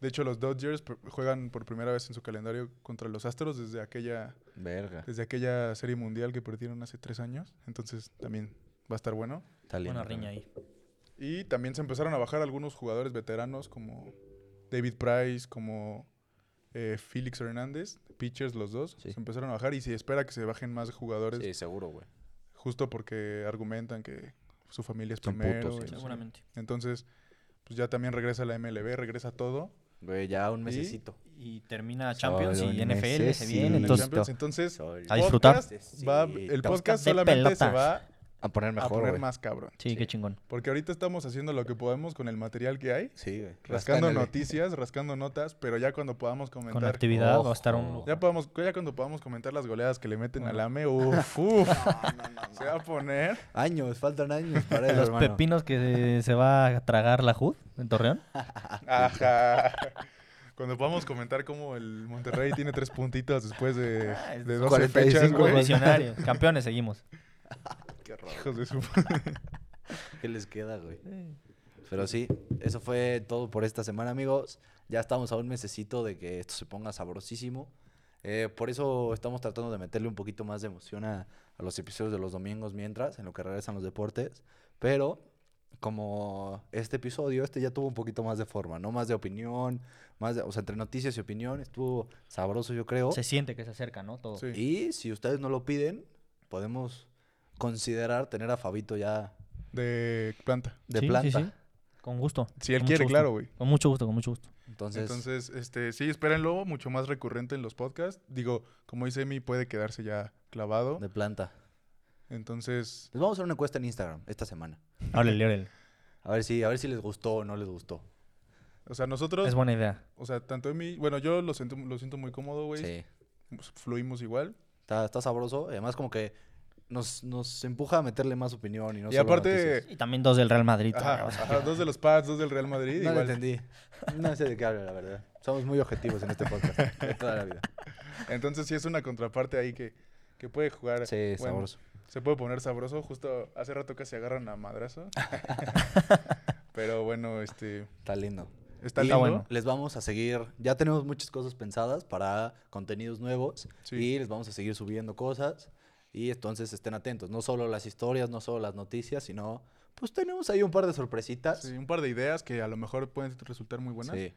S1: De hecho, los Dodgers pr- juegan por primera vez en su calendario contra los Astros desde aquella,
S3: Verga.
S1: desde aquella serie mundial que perdieron hace tres años. Entonces también va a estar bueno.
S3: Está lindo.
S4: Buena riña ahí.
S1: Y también se empezaron a bajar algunos jugadores veteranos como David Price, como eh, Félix Hernández, pitchers los dos.
S3: Sí.
S1: Se empezaron a bajar y se espera que se bajen más jugadores
S3: Sí, seguro, güey.
S1: justo porque argumentan que su familia es
S3: Son
S1: primero.
S3: putos,
S1: y
S3: sí.
S1: no sé.
S4: Seguramente.
S1: Entonces, pues ya también regresa la MLB, regresa todo.
S3: Güey, ya un
S1: ¿Y?
S3: mesecito.
S4: Y termina Champions
S3: Solo
S4: y NFL se viene.
S3: necesito.
S1: en la
S4: Entonces,
S1: Champions. Entonces,
S3: Sol.
S4: A disfrutar.
S1: podcast va- el
S3: Necesito.
S1: podcast
S4: De
S1: solamente se
S4: pelotas.
S1: va
S3: A poner
S1: a
S3: mejor,
S1: poner
S3: güey.
S1: más cabrón.
S4: sí, qué chingón.
S1: Porque ahorita estamos haciendo lo que podemos con el material que hay,
S3: Sí, güey.
S1: rascando
S3: Rascánele.
S1: noticias, rascando notas, pero ya cuando podamos
S4: Con la
S1: comentar.
S4: actividad va
S3: Ojo.
S4: a estar un.
S1: Ya, podamos, ya cuando podamos comentar las goleadas que le meten al
S4: *laughs*
S1: AME, uff, uff. Se va a poner.
S3: Años, faltan años
S4: *laughs*
S3: para eso,
S4: Los
S3: hermano.
S4: pepinos que se, se va a tragar la HUD en Torreón.
S1: Ajá. Cuando podamos comentar cómo el Monterrey tiene tres puntitos después de,
S4: Ah,
S1: de 12 fechas,
S3: 45
S1: güey.
S4: Visionarios, campeones, seguimos.
S1: Hijos de su-
S3: ¿Qué les queda, güey? Pero sí, eso fue todo por esta semana, amigos. Ya estamos a un mesecito de que esto se ponga sabrosísimo. Eh, por eso estamos tratando de meterle un poquito más de emoción a, a los episodios de los domingos mientras, en lo que regresan los deportes. Pero como este episodio, este ya tuvo un poquito más de forma, ¿no? Más de opinión, más de, o sea, entre noticias y opinión, estuvo sabroso, yo creo.
S4: Se siente que se acerca, ¿no? Todo.
S1: Sí.
S3: Y si ustedes no lo piden, podemos considerar tener a Fabito ya
S1: De planta.
S3: de
S4: Sí, sí,
S3: planta.
S4: sí. Con gusto.
S1: Si él
S4: Con mucho
S1: quiere,
S4: gusto.
S1: claro, güey.
S4: Con mucho gusto, con mucho gusto.
S3: Entonces,
S1: Entonces, este, sí, espérenlo, mucho más recurrente en los podcasts. Digo, como dice Emi, puede quedarse ya clavado.
S3: de planta.
S1: Entonces,
S3: Les vamos a hacer una encuesta en Instagram esta semana.
S4: Órale, órale.
S3: A ver si, a ver si les gustó o no les gustó.
S1: o sea, nosotros,
S4: Es buena idea.
S1: o sea, tanto Emi, bueno, yo lo siento, lo siento muy cómodo, güey.
S3: Sí.
S1: Pues, Fluimos igual.
S3: Está, está sabroso. Además, como que nos, nos empuja a meterle más opinión y no
S1: y
S3: solo
S1: aparte,
S3: noticias.
S4: Y también dos del Real Madrid.
S1: ajá, ajá, dos de los Pats, dos del
S3: *laughs*
S1: Real Madrid,
S3: No lo
S1: igual.
S3: entendí. No sé de qué habla, la verdad. Somos muy objetivos en este
S1: *laughs*
S3: podcast. De toda la vida.
S1: Entonces, sí es una contraparte ahí que, que puede jugar.
S3: Sí,
S1: bueno,
S3: sabroso.
S1: Se puede poner sabroso. Justo hace rato casi agarran a
S3: *laughs*
S1: madrazo. Pero bueno, este,
S3: Está lindo.
S1: está
S3: Y
S1: lindo.
S4: bueno.
S3: Les vamos a seguir. Ya tenemos muchas cosas pensadas para contenidos nuevos.
S1: Sí.
S3: Y les vamos a seguir subiendo cosas. Y entonces estén atentos. No solo las historias, no solo las noticias, sino. Pues tenemos ahí un par de sorpresitas.
S1: Sí, un par de ideas que a lo mejor pueden resultar muy buenas.
S3: Sí.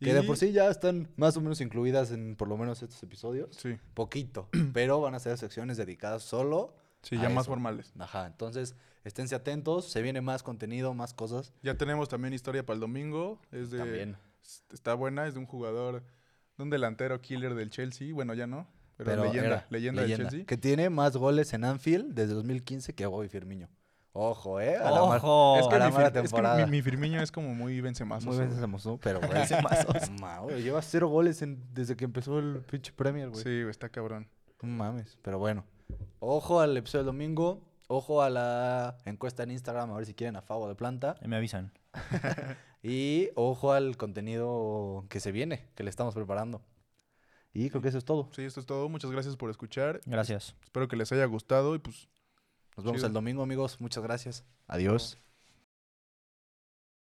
S3: Que de por
S1: Y-
S3: sí ya están más o menos incluidas en por lo menos estos episodios.
S1: Sí, *clears throat*
S3: Poquito, pero van a ser secciones dedicadas solo.
S1: sí,
S3: a
S1: ya más
S3: Ah, eso.
S1: formales.
S3: Ajá, entonces esténse atentos, se viene más contenido, más cosas.
S1: Ya tenemos también historia para el domingo. Es de,
S3: También.
S1: es- Está buena, es de un jugador, de un delantero killer del Chelsea. Bueno, ya no, pero,
S3: Pero
S1: leyenda,
S3: era
S1: leyenda, del
S3: leyenda,
S1: Chelsea.
S3: Que tiene más goles en Anfield desde 2015 que Bobby Firmino. Ojo, ¿eh? A la mar-
S4: Ojo.
S3: es que
S1: mi
S3: la mala
S1: Fir- es que mi-
S3: temporada.
S1: mi, Firmiño es como muy Benzema.
S3: Muy bien, se amosó, *laughs* pero güey. ma, güey, lleva cero goles en- desde que empezó el pinche Premier, güey.
S1: Sí, güey, está cabrón.
S3: No mames, pero bueno. Ojo al episodio del domingo. Ojo a la encuesta en Instagram, a ver si quieren a Favo de planta.
S4: Ahí Me avisan.
S3: Y ojo al contenido que se viene, que le estamos preparando. Y creo que eso es todo.
S1: Sí, esto es todo. Muchas gracias por escuchar.
S4: Gracias.
S1: Espero que les haya gustado y pues
S3: Nos vemos
S1: Chido.
S3: el domingo, amigos. Muchas gracias. Adiós.